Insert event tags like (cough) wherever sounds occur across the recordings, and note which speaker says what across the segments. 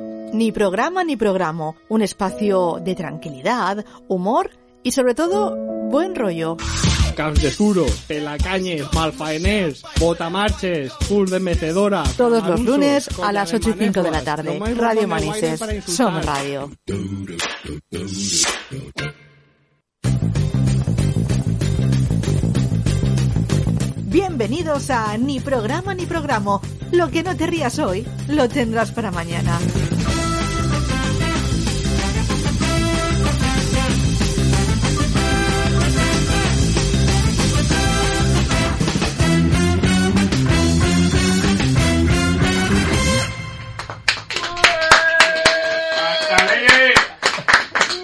Speaker 1: Ni programa ni programa, un espacio de tranquilidad, humor y sobre todo buen rollo.
Speaker 2: Camps de Suro, Pelacañes, Malfaenés, Botamarches, Full de Mecedora.
Speaker 1: Todos los lunes a las 8 y 5 de la tarde. Radio Manises, Som Radio. Bienvenidos a Ni programa ni programa. Lo que no te rías hoy, lo tendrás para mañana.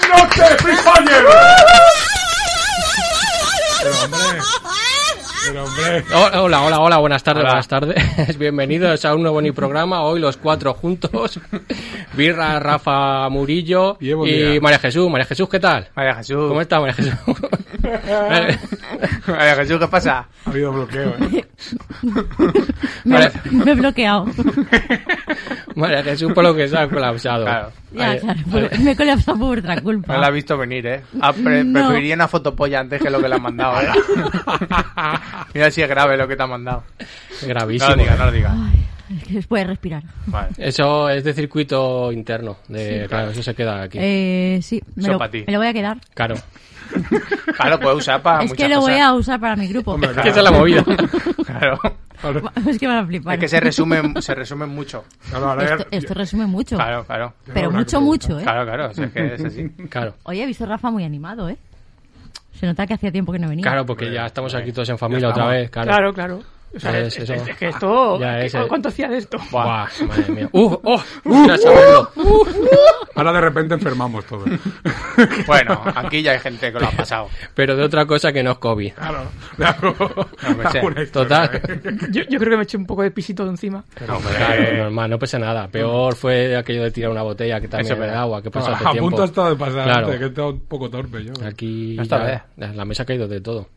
Speaker 3: ¡No te pifalles!
Speaker 4: Pero hombre, pero hombre.
Speaker 5: Ho- Hola, hola, hola, buenas tardes, buenas tardes. (laughs) Bienvenidos a un nuevo ni programa. Hoy los
Speaker 6: (laughs)
Speaker 5: cuatro juntos. Birra, Rafa Murillo
Speaker 4: Y Evo
Speaker 5: y
Speaker 4: Díaz.
Speaker 5: María Jesús. María Jesús, ¿qué tal?
Speaker 6: María Jesús.
Speaker 5: ¿Cómo estás, María Jesús?
Speaker 6: (laughs) María Jesús, ¿qué pasa?
Speaker 4: Ha habido bloqueo, ¿eh?
Speaker 7: Me,
Speaker 5: Vale.
Speaker 7: me
Speaker 6: (laughs)
Speaker 7: he bloqueado.
Speaker 5: María Jesús, por lo que se ha colapsado.
Speaker 6: Claro.
Speaker 7: Ya,
Speaker 5: Vale,
Speaker 7: claro,
Speaker 5: vale.
Speaker 7: por- me he colapsado por vuestra
Speaker 6: No la
Speaker 7: culpa.
Speaker 6: has visto venir, ¿eh? Ah, pre-
Speaker 7: No.
Speaker 6: Preferiría una fotopolla antes que lo que le han mandado, ¿eh? Mira si es grave lo que te han mandado. No
Speaker 5: (laughs) Gravísimo.
Speaker 6: lo digas, no lo digas.
Speaker 7: Es que puedes respirar.
Speaker 6: Vale.
Speaker 5: Eso es de circuito interno. De, claro, eso se queda aquí.
Speaker 7: Eh, sí, me
Speaker 6: Eso
Speaker 7: lo,
Speaker 6: pa' ti.
Speaker 7: me lo voy a quedar.
Speaker 5: Claro.
Speaker 6: Claro, puedes usar para
Speaker 7: es
Speaker 6: Ah, muchas
Speaker 7: que lo voy
Speaker 6: cosas.
Speaker 7: a usar para mi grupo.
Speaker 4: Hombre,
Speaker 7: (laughs)
Speaker 5: Que esa es
Speaker 6: (laughs)
Speaker 5: la movida.
Speaker 6: Claro.
Speaker 4: Ahora,
Speaker 7: es que van a flipar.
Speaker 6: Es que se resume, se resume mucho.
Speaker 4: claro, ahora
Speaker 7: esto,
Speaker 4: ya-
Speaker 7: esto resume mucho.
Speaker 6: Claro, claro.
Speaker 7: Pero
Speaker 4: Una
Speaker 7: mucho,
Speaker 4: pregunta.
Speaker 7: mucho, ¿eh?
Speaker 6: Claro, claro. o sea, es que es así.
Speaker 5: Claro.
Speaker 7: Hoy he visto a Rafa muy animado, ¿eh? Se nota que hacía tiempo que no venía.
Speaker 5: Claro, porque ya estamos aquí todos en familia otra vez. Claro.
Speaker 8: Claro, claro. O sea,
Speaker 5: Pues
Speaker 8: es, es-
Speaker 5: eso.
Speaker 8: es que esto...
Speaker 5: Ya
Speaker 8: ¿qué-
Speaker 5: es, eh.
Speaker 8: ¿Cuánto hacía de esto?
Speaker 5: Buah, madre mía. ¡Uh! ¡Oh! Mira, saberlo.
Speaker 4: ahora de repente enfermamos todos.
Speaker 6: Bueno, aquí ya hay gente que lo ha pasado.
Speaker 5: Pero de otra cosa que no es COVID.
Speaker 4: Claro, le hago, le hago una historia,
Speaker 5: Total.
Speaker 4: ¿eh?
Speaker 8: Yo, yo creo que me eché un poco de pisito de encima.
Speaker 6: Hombre,
Speaker 5: (laughs) Claro, normal, no pasa nada. Peor fue aquello de tirar una botella que
Speaker 6: Eso es
Speaker 5: también de
Speaker 6: verdad.
Speaker 5: agua, (laughs) que pasó
Speaker 4: A,
Speaker 5: hace tiempo.
Speaker 4: punto Ah, hasta de pasar,
Speaker 5: Claro.
Speaker 4: que he estado un poco torpe yo.
Speaker 5: Aquí
Speaker 6: No está
Speaker 5: ya- la mesa ha caído de todo.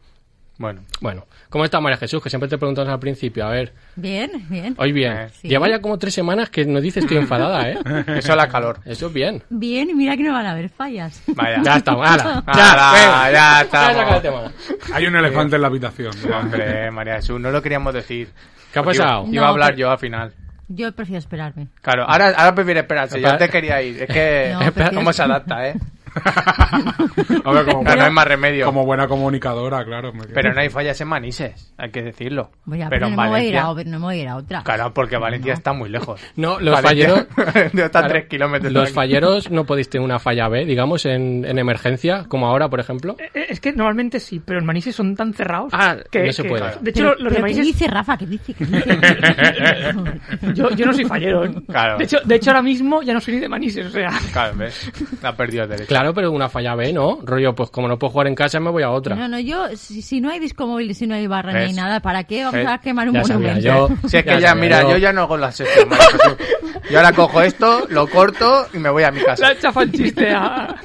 Speaker 6: Bueno,
Speaker 5: Bueno, ¿cómo está María Jesús? Que siempre te preguntamos al principio. A ver,
Speaker 7: Bien, bien.
Speaker 5: hoy bien.
Speaker 6: Eh.
Speaker 7: Sí.
Speaker 5: Lleva ya como tres semanas que nos dices estoy enfadada, ¿eh?
Speaker 6: eso es la calor.
Speaker 5: Eso es bien.
Speaker 7: Bien, y mira que no van a haber fallas.
Speaker 6: Vaya.
Speaker 5: Ya estamos.
Speaker 6: (laughs)
Speaker 5: ¡Hala!
Speaker 6: Ala,
Speaker 5: ¡Ya!
Speaker 6: ya
Speaker 5: ¡Ya se acaba el
Speaker 6: estamos.
Speaker 5: tema!
Speaker 4: Hay un
Speaker 5: Eh.
Speaker 4: elefante en la habitación.
Speaker 6: (laughs) Hombre, María Jesús, no lo queríamos decir.
Speaker 5: ¿Qué ha
Speaker 6: Porque iba-
Speaker 5: pasado?
Speaker 6: Iba,
Speaker 7: No,
Speaker 6: a hablar
Speaker 7: pero-
Speaker 6: yo al final.
Speaker 7: Yo prefiero esperarme.
Speaker 6: Claro, ahora, ahora prefiero esperarse. Yo
Speaker 5: Espera-
Speaker 6: te quería ir. Es que.
Speaker 7: (laughs) No, pero
Speaker 6: ¿Cómo
Speaker 7: tienes-
Speaker 6: se adapta, eh?
Speaker 5: (laughs)
Speaker 4: A ver, como,
Speaker 6: Claro, (laughs) no hay más remedio.
Speaker 4: como buena comunicadora, claro. me quedo.
Speaker 6: Pero no hay fallas en Manises, hay que decirlo.
Speaker 7: Voy a-
Speaker 6: pero
Speaker 7: no,
Speaker 6: en
Speaker 7: me voy a ir
Speaker 6: Valencia.
Speaker 7: a, no me voy a ir a otra.
Speaker 6: Claro, porque Valencia está muy lejos.
Speaker 5: No, los
Speaker 6: Valencia- (laughs)
Speaker 5: falleros.
Speaker 6: de hasta
Speaker 5: Claro,
Speaker 6: tres kilómetros. de
Speaker 5: Los
Speaker 6: aquí.
Speaker 5: falleros no podéis tener una falla B, digamos, en, en emergencia, como ahora, por ejemplo.
Speaker 8: Eh, eh, Es que normalmente sí, pero en Manises son tan cerrados
Speaker 5: Ah,
Speaker 8: que...
Speaker 5: no se
Speaker 8: que-
Speaker 5: puede.
Speaker 8: De hecho,
Speaker 7: Pero-
Speaker 8: los de
Speaker 7: pero ¿qué
Speaker 8: Manises...
Speaker 7: dice Rafa? ¿Qué dice? ¿Qué dice?
Speaker 8: (laughs) Yo, yo no soy fallero. ¿eh?
Speaker 6: Claro.
Speaker 8: De, hecho, de hecho, ahora mismo ya no soy ni de Manises, o sea...
Speaker 6: Claro, ¿ves? Ha perdido el derecho.
Speaker 5: Claro, pero una falla B, ¿no? Rollo, pues como no puedo jugar en casa, me voy a otra.
Speaker 7: No, no, yo, si, si no hay disco móvil, si no hay barra ni
Speaker 6: ¿Ves?
Speaker 7: hay nada, ¿para qué vamos
Speaker 6: ¿Ves?
Speaker 7: a quemar un
Speaker 5: Ya sabía
Speaker 7: monumento?
Speaker 5: yo.
Speaker 6: Si es que
Speaker 5: Ya
Speaker 6: ya,
Speaker 5: sabía,
Speaker 6: mira,
Speaker 5: yo-
Speaker 6: yo ya no hago las sección, María Jesús. Yo ahora cojo esto, lo corto y me voy a mi casa.
Speaker 8: La chafa el chiste a...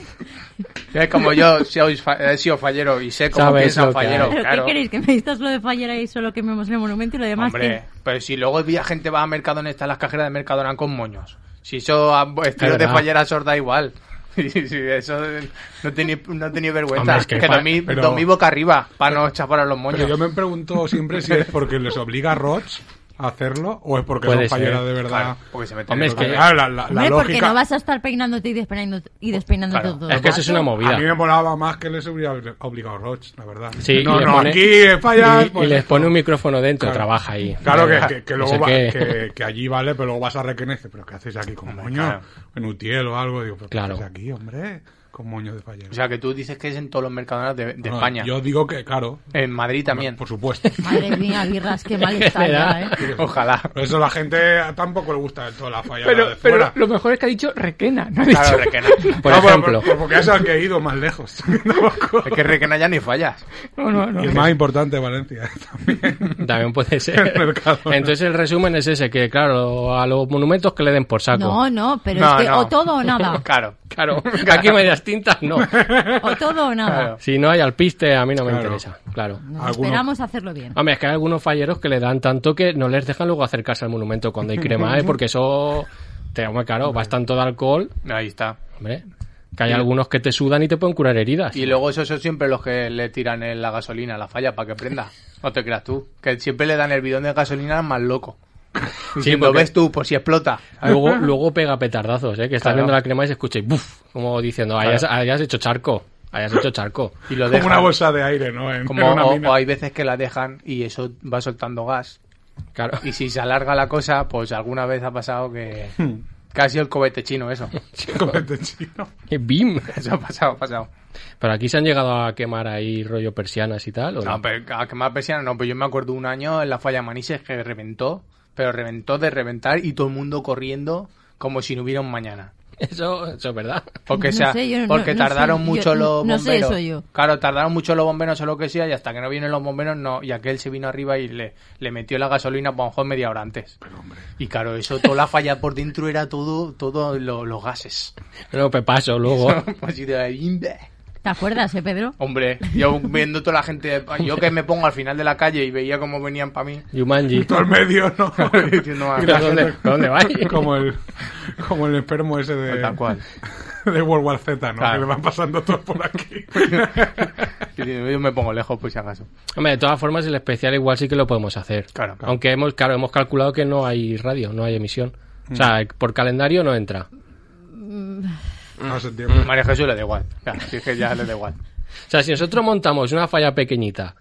Speaker 6: Es como yo soy fa- he sido fallero y sé cómo
Speaker 5: Sabes
Speaker 6: piensa
Speaker 5: lo
Speaker 6: un
Speaker 5: que hay.
Speaker 6: fallero.
Speaker 7: (laughs) ¿Pero
Speaker 6: Claro.
Speaker 7: qué queréis? ¿Que me dices lo de fallar ahí solo quememos el monumento y lo demás?
Speaker 6: Hombre,
Speaker 7: que-
Speaker 6: pero si luego la gente va a Mercadona, están las cajeras de Mercadona con moños. Si eso a-
Speaker 5: Es
Speaker 6: estilos de
Speaker 5: verdad.
Speaker 6: fallera sorda igual. (laughs) Y si eso eh, no tenéis no tenéis vergüenza.
Speaker 5: Hombre, es que
Speaker 6: que
Speaker 5: fa-
Speaker 6: dormí,
Speaker 4: pero-
Speaker 6: dormí boca arriba para no chafar a los
Speaker 4: Pero yo
Speaker 6: moños.
Speaker 4: me pregunto siempre si es porque les obliga a Roch a hacerlo o es porque
Speaker 5: Puede
Speaker 4: son falleras
Speaker 5: ser,
Speaker 4: de verdad.
Speaker 6: Claro, porque se meten
Speaker 5: Hombre,
Speaker 6: en
Speaker 5: es
Speaker 6: los-
Speaker 5: que-
Speaker 4: Claro, la, la- la
Speaker 7: Hombre, porque
Speaker 4: lógica-
Speaker 7: no vas a estar peinándote y despeinando y despeinándote
Speaker 6: Claro.
Speaker 7: todo.
Speaker 5: Es que eso es una
Speaker 4: A mí
Speaker 5: movida.
Speaker 4: me molaba más que les hubiera obligado Roch, la verdad.
Speaker 5: Sí, y
Speaker 4: no,
Speaker 5: le
Speaker 4: no,
Speaker 5: pone-
Speaker 4: aquí eh, fallas.
Speaker 5: y, y
Speaker 4: pues,
Speaker 5: les pone un micrófono dentro,
Speaker 4: Claro.
Speaker 5: trabaja ahí.
Speaker 4: Claro
Speaker 5: Venga,
Speaker 4: que, que, que
Speaker 5: no
Speaker 4: luego
Speaker 5: sé
Speaker 4: va-
Speaker 5: qué.
Speaker 4: que, que allí vale, pero luego vas a Requena y dices, ¿pero qué hacéis aquí con moño?
Speaker 6: claro.
Speaker 4: En Utiel o algo. Digo, ¿pero
Speaker 5: Claro.
Speaker 4: qué haces aquí, hombre? Con moño de fallero.
Speaker 6: O sea, que tú dices que es en todos los Mercadonas de, de
Speaker 4: No,
Speaker 6: España.
Speaker 4: Yo digo que, claro.
Speaker 6: En Madrid también.
Speaker 4: Por supuesto.
Speaker 7: Madre mía, birras, qué mal está ya, ¿eh?
Speaker 6: Ojalá.
Speaker 4: Por eso a la gente tampoco le gusta del todo la falla
Speaker 8: Pero,
Speaker 4: de
Speaker 8: pero
Speaker 4: fuera.
Speaker 8: lo mejor es que ha dicho Requena, no ha dicho...
Speaker 6: Claro, Requena.
Speaker 5: Por
Speaker 4: No, pero-
Speaker 5: ejemplo,
Speaker 4: pero- porque es al que he ido más lejos. (laughs) Tampoco.
Speaker 6: Es que Requena ya ni fallas.
Speaker 8: (laughs) No, no, no.
Speaker 4: Y el más importante, Valencia, eh,
Speaker 5: (laughs)
Speaker 4: también.
Speaker 5: también
Speaker 4: (laughs)
Speaker 5: puede ser.
Speaker 4: El Mercadona.
Speaker 5: Entonces el resumen es ese, que claro, a los monumentos que le den por saco.
Speaker 7: No, no, pero
Speaker 6: No,
Speaker 7: es que
Speaker 6: no.
Speaker 7: o todo o nada.
Speaker 6: Claro.
Speaker 5: Claro, (laughs) aquí medias tintas
Speaker 4: (laughs)
Speaker 5: no.
Speaker 7: O todo o
Speaker 6: (laughs)
Speaker 7: nada.
Speaker 6: Claro.
Speaker 5: Si no hay alpiste, a mí no me
Speaker 4: Claro.
Speaker 5: interesa. Claro.
Speaker 7: Nos
Speaker 4: Alguno-
Speaker 7: esperamos a hacerlo bien.
Speaker 5: Hombre, es que hay algunos falleros que le dan tanto que no les dejan luego acercarse al monumento cuando hay crema, ¿eh? Porque eso... Te, hombre, claro, bastante de alcohol,
Speaker 6: Ahí está.
Speaker 5: hombre. Que hay algunos que te sudan y te pueden curar heridas.
Speaker 6: Y luego esos son siempre los que le tiran en la gasolina, la falla, para que prenda. No te creas tú. Que siempre le dan el bidón de gasolina al más
Speaker 4: (laughs)
Speaker 6: loco. Si lo
Speaker 5: porque-
Speaker 6: ves tú, por si explota.
Speaker 5: Ah, Luego, luego pega petardazos, ¿eh? Que estás
Speaker 6: Claro.
Speaker 5: viendo la crema y se escucha y ¡buf! Como diciendo, hayas, hayas hecho charco, hayas hecho charco.
Speaker 6: Y lo
Speaker 4: Como
Speaker 6: dejan.
Speaker 4: una bolsa de aire, ¿no? En,
Speaker 6: Como-
Speaker 4: en una
Speaker 6: o-
Speaker 4: mina.
Speaker 6: o hay veces que la dejan y eso va soltando gas.
Speaker 5: Claro. (laughs)
Speaker 6: Y si se alarga la cosa, pues alguna vez ha pasado que...
Speaker 4: Hmm.
Speaker 6: Casi el cobete chino,
Speaker 4: (laughs)
Speaker 6: eso.
Speaker 4: Comete chino.
Speaker 5: ¡Qué ¡Bim!
Speaker 6: Eso ha pasado, ha pasado.
Speaker 5: Pero aquí se han llegado a quemar ahí rollo persianas y tal. ¿o no?
Speaker 6: No, pero a quemar persiana no, pero yo me acuerdo un año en la falla Manises que reventó, pero reventó de reventar y todo el mundo corriendo como si no hubiera un mañana.
Speaker 5: (laughs) Eso, eso es verdad.
Speaker 6: Porque,
Speaker 7: No
Speaker 6: o sea,
Speaker 7: sé, yo no-
Speaker 6: porque
Speaker 7: no- no
Speaker 6: tardaron
Speaker 7: sé, yo
Speaker 6: mucho
Speaker 7: no-
Speaker 6: los
Speaker 7: no
Speaker 6: bomberos.
Speaker 7: sé eso yo.
Speaker 6: Claro, tardaron mucho los bomberos o lo que sea y hasta que no vienen los bomberos no. Y aquel se vino arriba y le, le metió la gasolina por a lo mejor media hora antes. Y claro, eso, toda la falla por dentro era todo, todo lo- los gases. (laughs)
Speaker 5: Pero pepaso luego.
Speaker 6: Así de...
Speaker 7: ¿Te acuerdas, eh, Pedro?
Speaker 6: Hombre, yo viendo toda la gente, yo que me pongo al final de la calle y veía cómo venían para mí. (laughs)
Speaker 5: Yumanji.
Speaker 4: Todo el medio, ¿no?
Speaker 6: Diciendo, "Ah,
Speaker 5: ¿Pero (laughs) ¿Dónde, ¿Dónde vais?
Speaker 4: Como el, como el enfermo ese
Speaker 6: (laughs)
Speaker 4: de,
Speaker 6: Tal cual.
Speaker 4: de World War Z, ¿no?
Speaker 6: Claro.
Speaker 4: Que le van pasando todo por
Speaker 5: (laughs)
Speaker 4: aquí.
Speaker 6: Yo digo, yo me pongo lejos, pues si acaso.
Speaker 5: Hombre, de todas formas, el especial igual sí que lo podemos hacer.
Speaker 6: Claro, claro.
Speaker 5: Aunque hemos, claro, hemos calculado que no hay radio, no hay emisión. O sea, por calendario no entra.
Speaker 4: No sé, tío.
Speaker 5: Mm.
Speaker 4: pero-
Speaker 6: María Jesús le da igual. Claro, si es que ya le da igual.
Speaker 5: O sea, si nosotros montamos una falla pequeñita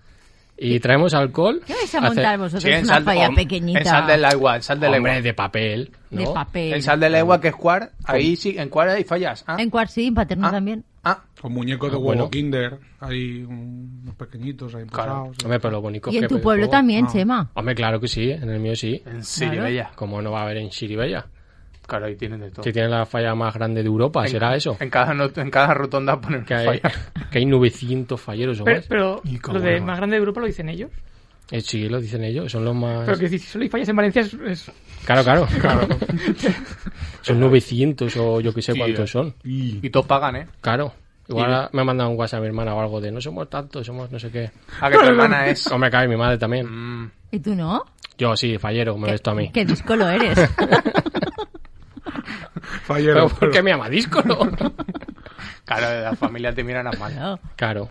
Speaker 5: y traemos alcohol...
Speaker 7: ¿Qué vais a
Speaker 5: hace-
Speaker 7: montar vosotros?
Speaker 6: Sí,
Speaker 7: Es
Speaker 6: en
Speaker 7: una
Speaker 6: sal,
Speaker 7: falla
Speaker 6: hom-
Speaker 7: pequeñita.
Speaker 6: En sal del agua, en sal del
Speaker 5: Hombre,
Speaker 6: agua.
Speaker 5: de papel, ¿no?
Speaker 7: De papel.
Speaker 6: En sal del agua que es cuar, ahí sí, en cuar hay fallas. Ah,
Speaker 7: En cuart sí, en paterno
Speaker 6: ah,
Speaker 7: también.
Speaker 6: Ah,
Speaker 4: Con muñecos de
Speaker 5: Ah,
Speaker 4: huevo
Speaker 5: bueno.
Speaker 4: kinder. Hay un- unos pequeñitos ahí
Speaker 6: Claro.
Speaker 4: empujados.
Speaker 5: Hombre, pero lo bonito
Speaker 7: Y
Speaker 5: es
Speaker 7: en
Speaker 5: que
Speaker 7: tu
Speaker 5: el
Speaker 7: pueblo
Speaker 5: juego-
Speaker 7: también, Chema.
Speaker 5: Hombre, claro que sí, en el mío sí.
Speaker 6: en Siribella.
Speaker 5: Como no va a haber en Chiribella.
Speaker 6: Claro, ahí tienen de todo.
Speaker 5: Si tiene la falla más grande de Europa, será eso.
Speaker 6: En cada, no- en cada rotonda ponen
Speaker 5: Que
Speaker 6: una
Speaker 5: hay,
Speaker 6: falla.
Speaker 5: (laughs) que hay 900 falleros o
Speaker 8: Pero,
Speaker 5: más.
Speaker 8: pero
Speaker 6: Y cómo
Speaker 8: lo de
Speaker 6: no.
Speaker 8: más grande de Europa lo dicen ellos.
Speaker 5: Eh, sí, lo dicen ellos, son los más...
Speaker 8: Pero que si solo hay fallas en Valencia es, es-
Speaker 5: Claro,
Speaker 6: (laughs)
Speaker 5: claro. son 900 o yo que sé
Speaker 6: Sí, eh.
Speaker 5: cuántos son.
Speaker 4: Y
Speaker 6: Y todos pagan, ¿eh?
Speaker 5: Claro. Igual a- me ha mandado un WhatsApp a mi hermana o algo de no somos tantos, somos no sé qué.
Speaker 6: A Ah, que tu hermana es.
Speaker 5: Hombre, cae mi madre también.
Speaker 6: (laughs) Mm,
Speaker 7: ¿Y tú no?
Speaker 5: Yo sí, fallero, me ves tú a mí.
Speaker 7: Qué discolo
Speaker 5: (laughs)
Speaker 7: eres.
Speaker 5: (laughs)
Speaker 4: fallero.
Speaker 5: Pero ¿por qué me
Speaker 6: (laughs)
Speaker 5: llama disco? no?
Speaker 6: claro, la familia te miran a mal.
Speaker 7: No.
Speaker 5: claro.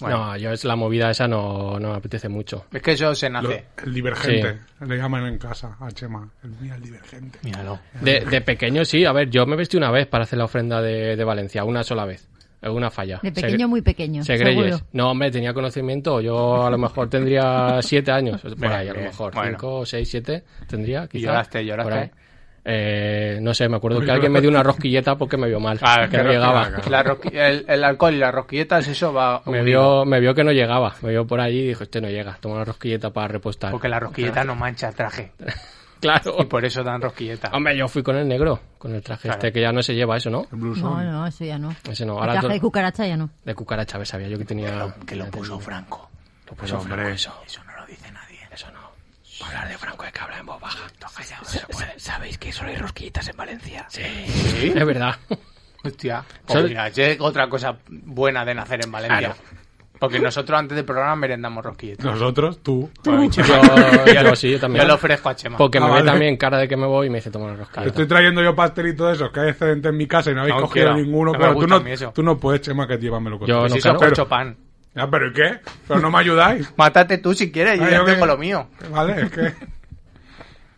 Speaker 6: Bueno.
Speaker 5: No, yo es la movida esa no, no me apetece mucho.
Speaker 6: Es que eso se
Speaker 4: Lo-
Speaker 6: nace.
Speaker 4: el divergente. Le llaman en casa a Chema. El, mira, el divergente.
Speaker 6: Míralo.
Speaker 5: De, de pequeño sí, a ver, yo me vestí una vez para hacer la ofrenda de, de Valencia, una sola vez. Eh, Una falla.
Speaker 7: De
Speaker 5: Se-
Speaker 7: pequeño, muy pequeño.
Speaker 5: Segreyes.
Speaker 7: seguro.
Speaker 5: No, hombre, tenía conocimiento. Yo a lo mejor
Speaker 7: (laughs)
Speaker 5: tendría siete años. Por
Speaker 6: Bien,
Speaker 5: ahí, a lo
Speaker 6: bien.
Speaker 5: mejor.
Speaker 6: Bueno.
Speaker 5: Cinco, seis, siete tendría. Quizás,
Speaker 6: lloraste, lloraste?
Speaker 5: por ahí. Eh, no sé, me acuerdo que alguien me dio una rosquilleta porque me vio mal.
Speaker 6: Ah,
Speaker 5: que no llegaba.
Speaker 6: La rosqui- el, el alcohol y las rosquilletas, eso va.
Speaker 5: Me
Speaker 6: unido.
Speaker 5: vio, me vio que no llegaba. Me vio por allí y dijo, este no llega. Toma una rosquilleta para repostar.
Speaker 6: Porque la rosquilleta no mancha el traje.
Speaker 5: Claro.
Speaker 6: Y por eso dan rosquilleta.
Speaker 5: Hombre, yo fui con el negro, con el traje
Speaker 6: Claro.
Speaker 5: este que ya no se lleva eso, ¿no?
Speaker 4: El blusón.
Speaker 7: No, no, eso ya no.
Speaker 5: Ese no.
Speaker 7: El
Speaker 5: Ahora
Speaker 7: traje
Speaker 5: to-
Speaker 7: de cucaracha ya no.
Speaker 5: de cucaracha, ¿ves? Sabía yo que tenía...
Speaker 6: Que lo puso Pues Franco.
Speaker 5: Lo puso Franco, eso.
Speaker 6: Eso no lo dice nadie.
Speaker 5: Eso no. Para hablar de Franco hay que hablar en voz baja.
Speaker 9: ¿Sabéis que solo hay rosquillitas en Valencia?
Speaker 6: ¿Sí?
Speaker 5: Es
Speaker 6: (laughs)
Speaker 5: verdad.
Speaker 6: Hostia.
Speaker 5: Sol-
Speaker 6: Pues mira, es otra cosa buena de nacer en Valencia. Porque nosotros antes del programa merendamos rosquilletas.
Speaker 4: Nosotros, tú.
Speaker 6: Bueno, Chema, (laughs)
Speaker 5: Yo- yo sí, yo también.
Speaker 6: Yo lo ofrezco a Chema.
Speaker 5: Porque
Speaker 4: Ah,
Speaker 5: me ve
Speaker 4: vale.
Speaker 5: también cara de que me voy y me dice toma una rosca.
Speaker 4: Estoy trayendo yo pastelito de esos que hay excedente en mi casa y no habéis
Speaker 6: No
Speaker 4: cogido
Speaker 6: quiero.
Speaker 4: ninguno.
Speaker 6: No me
Speaker 4: claro, tú,
Speaker 6: gusta
Speaker 4: no,
Speaker 6: a mí eso.
Speaker 4: tú no puedes, Chema, que llévamelo con
Speaker 5: Yo
Speaker 6: Pues
Speaker 5: no,
Speaker 6: si eso
Speaker 5: claro.
Speaker 6: es ocho pan.
Speaker 4: Ya, pero ¿y qué? Pero no me ayudáis.
Speaker 6: Mátate tú si quieres, (laughs) yo
Speaker 4: Ah,
Speaker 6: ya
Speaker 4: yo qué-
Speaker 6: tengo lo mío.
Speaker 4: Vale, es que.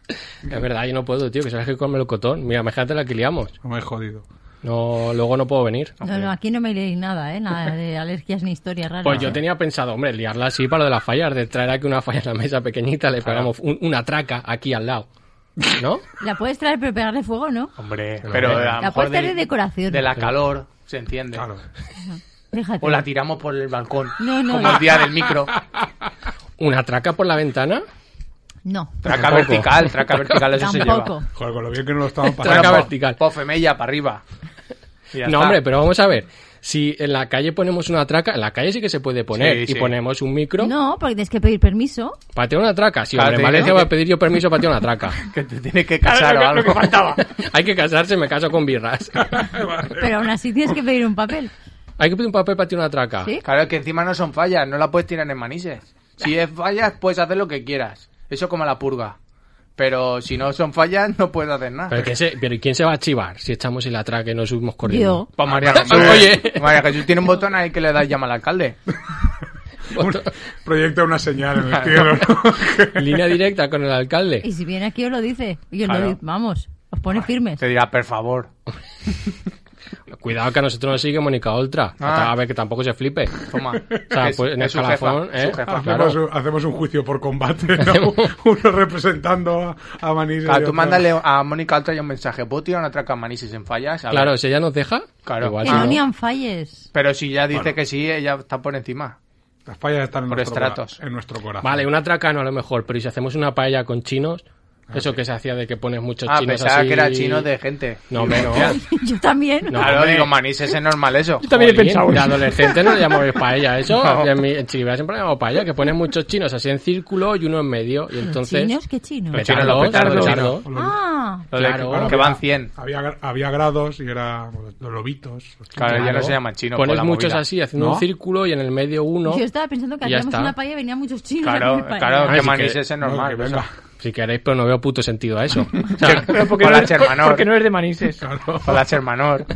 Speaker 5: Es verdad, yo no puedo, tío, que sabes que con melocotón. Mira, imagínate la que liamos.
Speaker 4: No me he jodido.
Speaker 5: No, luego no puedo venir.
Speaker 7: No, no, aquí no me leí nada, ¿eh? Nada de alergias ni historias raras.
Speaker 5: Pues yo
Speaker 7: ¿eh?
Speaker 5: tenía pensado, hombre, liarla así para lo de las fallas, de traer aquí una falla en la mesa pequeñita, le pegamos un- una traca aquí al lado. ¿No?
Speaker 7: La puedes traer pero pegarle fuego, ¿no?
Speaker 6: Hombre, pero a lo
Speaker 7: La
Speaker 6: mejor
Speaker 7: puedes
Speaker 6: de,
Speaker 7: traer de decoración.
Speaker 6: de la calor se enciende.
Speaker 4: Claro.
Speaker 7: Déjate.
Speaker 6: O la tiramos por el balcón.
Speaker 7: No, no,
Speaker 6: Como
Speaker 7: no.
Speaker 6: el día del micro.
Speaker 5: ¿Una traca por la ventana?
Speaker 7: No,
Speaker 6: Traca
Speaker 5: Tampoco.
Speaker 6: vertical, traca vertical, eso se lleva.
Speaker 7: tampoco.
Speaker 4: Joder, con lo bien que no
Speaker 5: (laughs)
Speaker 4: lo estaban
Speaker 5: Traca
Speaker 4: pasando.
Speaker 6: Bueno, po-
Speaker 5: vertical.
Speaker 6: Pofemella para
Speaker 5: (laughs)
Speaker 6: arriba. Y ya
Speaker 5: no,
Speaker 6: está.
Speaker 5: hombre, pero vamos a ver. Si en la calle ponemos una traca, en la calle sí que se puede poner,
Speaker 6: Sí,
Speaker 5: y
Speaker 6: sí.
Speaker 5: ponemos un micro,
Speaker 7: No, porque tienes que
Speaker 5: (laughs)
Speaker 7: pedir permiso.
Speaker 5: para tener una traca. Sí, hombre,
Speaker 6: Cállate,
Speaker 5: en Valencia
Speaker 6: ¿no?
Speaker 5: voy a pedir yo permiso para tener una traca.
Speaker 6: Que te tienes que casar o algo.
Speaker 5: (laughs) Hay que casarse, me caso con birras.
Speaker 7: Pero aún así tienes que pedir un papel.
Speaker 5: Hay que pedir un papel para tener una traca.
Speaker 7: ¿Sí?
Speaker 6: (laughs) Claro, es que encima no son fallas, no la puedes tirar en manises. Si es fallas, puedes hacer lo que quieras. Eso como la purga. Pero si no son fallas, no puedes hacer nada.
Speaker 5: ¿Pero quién, se, pero ¿quién se va a chivar si echamos el atraque y nos subimos corriendo?
Speaker 7: Yo. (laughs)
Speaker 6: Pues María Jesús.
Speaker 5: Oye.
Speaker 6: María Jesús tiene un botón ahí que le da y llama al alcalde.
Speaker 4: (laughs) Un- proyecta una señal en el cielo.
Speaker 5: (laughs)
Speaker 4: ¿no?
Speaker 5: Línea directa con el alcalde.
Speaker 7: Y si viene aquí os lo dice. Y os
Speaker 6: Claro.
Speaker 7: lo dice, vamos, os pone firmes.
Speaker 6: Te dirá, por favor.
Speaker 5: Cuidado que a nosotros nos sigue Mónica Oltra.
Speaker 6: Ah.
Speaker 5: A ver, que tampoco se flipe.
Speaker 6: Toma.
Speaker 5: O sea,
Speaker 6: Es-
Speaker 5: pues en el
Speaker 6: es su jefa,
Speaker 5: calafón,
Speaker 6: es su
Speaker 5: ¿eh?
Speaker 6: jefa.
Speaker 5: Claro.
Speaker 4: Hacemos, un, hacemos un juicio por combate, ¿no? (laughs) uno representando a, a Manisa. y
Speaker 6: Claro, tú
Speaker 4: otro-
Speaker 6: mándale a Mónica Alta y un mensaje. ¿Puedo tirar una traca a Manises en fallas? A ver.
Speaker 5: Claro, si ella nos deja,
Speaker 6: Claro.
Speaker 5: igual
Speaker 7: Que
Speaker 5: si
Speaker 7: no
Speaker 5: no-
Speaker 7: ni falles.
Speaker 6: Pero si ya dice que sí, ella está por encima.
Speaker 4: Las fallas están en,
Speaker 6: Por
Speaker 4: nuestro,
Speaker 6: estratos.
Speaker 4: cora- en nuestro corazón.
Speaker 5: Vale, una tracano a lo mejor, pero ¿y si hacemos una paella con chinos? Eso que se hacía de que pones muchos
Speaker 6: Ah,
Speaker 5: chinos
Speaker 6: pensaba
Speaker 5: así...
Speaker 6: que era chino de gente.
Speaker 5: No, hombre, no.
Speaker 6: Hostia.
Speaker 7: (laughs) Yo también.
Speaker 5: No,
Speaker 6: claro,
Speaker 5: hombre.
Speaker 6: digo, Manises es normal eso.
Speaker 8: Yo también he
Speaker 5: Jolín,
Speaker 8: pensado
Speaker 5: De
Speaker 8: eso.
Speaker 5: adolescente no le llamamos paella,
Speaker 6: (laughs)
Speaker 5: eso.
Speaker 6: No.
Speaker 5: En, mi, en Chiribera siempre le llamamos paella, que pones muchos chinos así en círculo y uno en medio. Y entonces...
Speaker 7: ¿Chinos? ¿Qué chinos?
Speaker 5: Petardos,
Speaker 6: chinos, los petardos.
Speaker 5: petardos.
Speaker 7: Ah,
Speaker 6: Lo de-
Speaker 5: Claro.
Speaker 6: que van 100.
Speaker 4: Había, gra- había grados y era los lobitos. los
Speaker 6: Claro, ya
Speaker 5: Claro.
Speaker 6: no se llaman chino. por
Speaker 5: Pones
Speaker 6: la
Speaker 5: muchos
Speaker 6: movida.
Speaker 5: así haciendo un
Speaker 4: ¿No?
Speaker 5: círculo y en el medio uno.
Speaker 7: yo estaba pensando que
Speaker 5: Y ya
Speaker 7: hacíamos
Speaker 5: está.
Speaker 7: una paella y venían muchos chinos. a
Speaker 6: Claro,
Speaker 7: comer paella.
Speaker 6: claro,
Speaker 5: Ay,
Speaker 6: que
Speaker 5: sí que-
Speaker 6: Manises es
Speaker 4: No,
Speaker 6: normal.
Speaker 4: que
Speaker 6: eso. (laughs)
Speaker 4: venga.
Speaker 5: Si queréis, pero no veo puto sentido a
Speaker 7: (laughs)
Speaker 5: eso. O sea,
Speaker 8: Pero porque,
Speaker 6: Con
Speaker 8: no
Speaker 6: las
Speaker 8: es,
Speaker 6: hermanos.
Speaker 8: porque no es de Manises.
Speaker 6: Palacio Hermanor.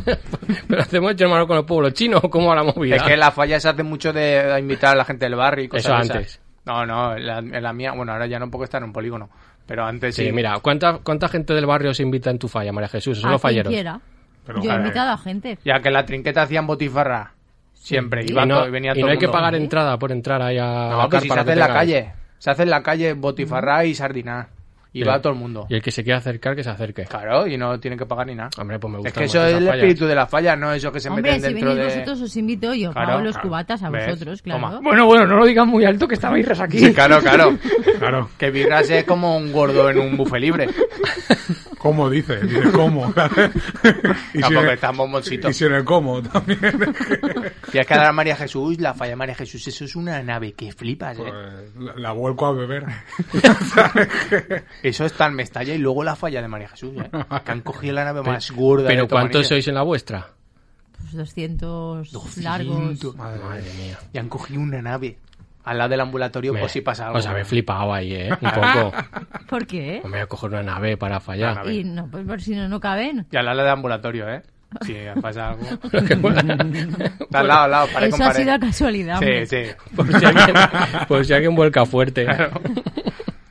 Speaker 5: pero hacemos hermano con el pueblo chino, ¿cómo va la movida?
Speaker 6: Es que la falla se hace mucho de invitar a la gente del barrio y cosas
Speaker 5: Eso
Speaker 6: de esas.
Speaker 5: antes.
Speaker 6: No, no, en la, en la mía, bueno, ahora ya no porque está en un polígono. Pero antes
Speaker 5: Sí,
Speaker 6: sí.
Speaker 5: mira, ¿cuánta, ¿cuánta gente del barrio se invita en tu falla, María Jesús? Son
Speaker 7: A
Speaker 5: los
Speaker 7: quien
Speaker 5: falleros.
Speaker 7: quiera.
Speaker 4: Pero,
Speaker 7: yo he
Speaker 4: claro,
Speaker 7: invitado a gente.
Speaker 6: Ya que en la trinqueta hacían botifarra. Siempre.
Speaker 5: Y
Speaker 6: iba
Speaker 5: no,
Speaker 6: todo- venía
Speaker 5: y no
Speaker 6: todo el
Speaker 5: hay que
Speaker 6: mundo.
Speaker 5: pagar entrada por entrar ahí a.
Speaker 6: No,
Speaker 5: a
Speaker 6: que
Speaker 5: Car
Speaker 6: si se
Speaker 5: para
Speaker 6: hace en la
Speaker 5: tengas.
Speaker 6: calle. Se hace en la calle botifarra y sardina. Y
Speaker 5: Mm. Sí.
Speaker 6: va todo el mundo.
Speaker 5: Y el que se quiera acercar, que se acerque.
Speaker 6: Claro, y no tienen que pagar ni nada.
Speaker 5: Hombre, pues me gusta.
Speaker 6: Es que
Speaker 5: más
Speaker 6: eso es
Speaker 5: esas
Speaker 6: el
Speaker 5: fallas.
Speaker 6: espíritu de la falla, no eso que se
Speaker 7: Hombre,
Speaker 6: meten
Speaker 7: si
Speaker 6: dentro
Speaker 7: venís
Speaker 6: de...
Speaker 7: vosotros os invito yo.
Speaker 6: Claro,
Speaker 7: pago los
Speaker 6: claro.
Speaker 7: cubatas a
Speaker 6: ¿Ves?
Speaker 7: vosotros, claro.
Speaker 6: Toma.
Speaker 8: Bueno, bueno, no lo digan muy alto que está Irras
Speaker 6: (laughs)
Speaker 8: aquí.
Speaker 6: Sí, claro, claro.
Speaker 4: Claro,
Speaker 6: Que Birras es como un gordo en un buffet
Speaker 5: (laughs)
Speaker 6: libre.
Speaker 4: ¿cómo dice? Dice, ¿cómo? (laughs) y,
Speaker 6: No,
Speaker 4: si en
Speaker 6: porque
Speaker 4: el,
Speaker 6: están bomboncitos.
Speaker 4: y si en el cómo también.
Speaker 6: (laughs) Y es que ahora María Jesús, la falla de María Jesús, eso es una nave que flipas, ¿eh?
Speaker 4: Pues, la, la vuelco
Speaker 6: (laughs)
Speaker 4: a beber.
Speaker 6: Eso está en Mestalla y luego la falla de María Jesús, ¿eh? Que han cogido la nave más gorda de
Speaker 5: (laughs) Pero
Speaker 6: toda
Speaker 5: ¿cuántos
Speaker 6: Manilla.
Speaker 5: sois en la vuestra?
Speaker 7: Pues 200, largos.
Speaker 5: Madre mía.
Speaker 6: Y han cogido una nave al lado del ambulatorio
Speaker 5: Me-
Speaker 6: por pues, si pasa algo.
Speaker 5: Os habéis flipado ahí, ¿eh? Un poco.
Speaker 6: (laughs)
Speaker 5: Pues
Speaker 7: ¿Por qué?
Speaker 5: Me voy a coger una nave para fallar. (laughs)
Speaker 7: Y no, pues por si no, no caben.
Speaker 6: Y al lado del ambulatorio, ¿eh? Si pasa algo.
Speaker 5: Pero que bueno.
Speaker 7: (laughs)
Speaker 6: Está al lado, al lado, pared con
Speaker 7: Eso ha
Speaker 6: pared.
Speaker 7: sido casualidad.
Speaker 6: Sí,
Speaker 7: hombre.
Speaker 6: sí.
Speaker 5: Por si alguien, por si alguien vuelca fuerte.